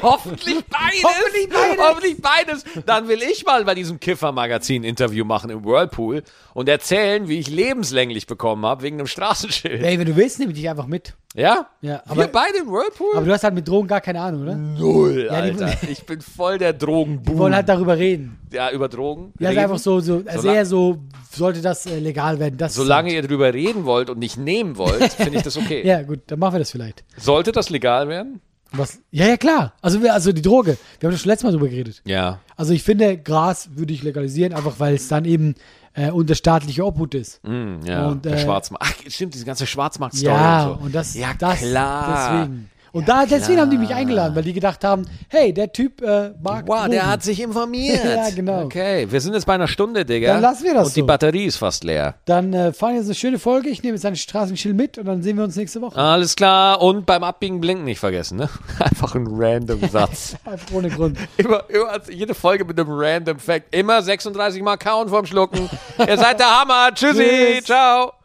Speaker 1: beides. Hoffentlich beides. Hoffentlich beides. Dann will ich mal bei diesem Kiffer-Magazin Interview machen im Whirlpool und erzählen, wie ich lebenslänglich bekommen habe wegen einem Straßenschild.
Speaker 2: Ey, wenn du willst, nehme ich dich einfach mit.
Speaker 1: Ja?
Speaker 2: Ja,
Speaker 1: aber
Speaker 2: aber-
Speaker 1: wir beide im Whirlpool?
Speaker 2: Aber du hast halt mit Drogen gar keine Ahnung, oder?
Speaker 1: Null,
Speaker 2: die-
Speaker 1: Alter. Ich bin voll der
Speaker 2: Die
Speaker 1: Drogenboom.
Speaker 2: wollen halt darüber reden.
Speaker 1: Ja, über Drogen.
Speaker 2: Ja, ist
Speaker 1: reden.
Speaker 2: einfach so, so, also
Speaker 1: Sola-
Speaker 2: eher so, sollte das äh, legal werden. Das
Speaker 1: Solange ihr drüber reden wollt und nicht nehmen wollt, finde ich das okay.
Speaker 2: Ja, gut, dann machen wir das vielleicht.
Speaker 1: Sollte das legal werden?
Speaker 2: Was? Ja, ja, klar. Also, wir, also die Droge. Wir haben das schon letztes Mal drüber geredet.
Speaker 1: Ja.
Speaker 2: Also ich finde, Gras würde ich legalisieren, einfach weil es dann eben äh, unter staatlicher Obhut ist.
Speaker 1: Hm, ja.
Speaker 2: Und,
Speaker 1: der
Speaker 2: äh,
Speaker 1: Schwarzmarkt. Ach, stimmt, diese ganze Schwarzmarkt-Story
Speaker 2: Ja,
Speaker 1: und
Speaker 2: und,
Speaker 1: so.
Speaker 2: das,
Speaker 1: ja,
Speaker 2: das
Speaker 1: klar.
Speaker 2: deswegen. Und da, deswegen haben die mich eingeladen, weil die gedacht haben, hey, der Typ äh, mag
Speaker 1: Wow, der
Speaker 2: Drogen.
Speaker 1: hat sich informiert.
Speaker 2: Ja, genau.
Speaker 1: Okay, wir sind jetzt bei einer Stunde, Digga.
Speaker 2: Dann lassen wir das
Speaker 1: Und die
Speaker 2: so.
Speaker 1: Batterie ist fast leer.
Speaker 2: Dann äh, fahren jetzt eine schöne Folge. Ich nehme jetzt einen Straßenschild mit und dann sehen wir uns nächste Woche.
Speaker 1: Alles klar. Und beim Abbiegen blinken nicht vergessen, ne? Einfach ein random Satz.
Speaker 2: Einfach ohne Grund.
Speaker 1: immer, immer, jede Folge mit einem random Fact. Immer 36 Mal kauen vorm Schlucken. Ihr seid der Hammer. Tschüssi.
Speaker 2: Tschüss.
Speaker 1: Ciao.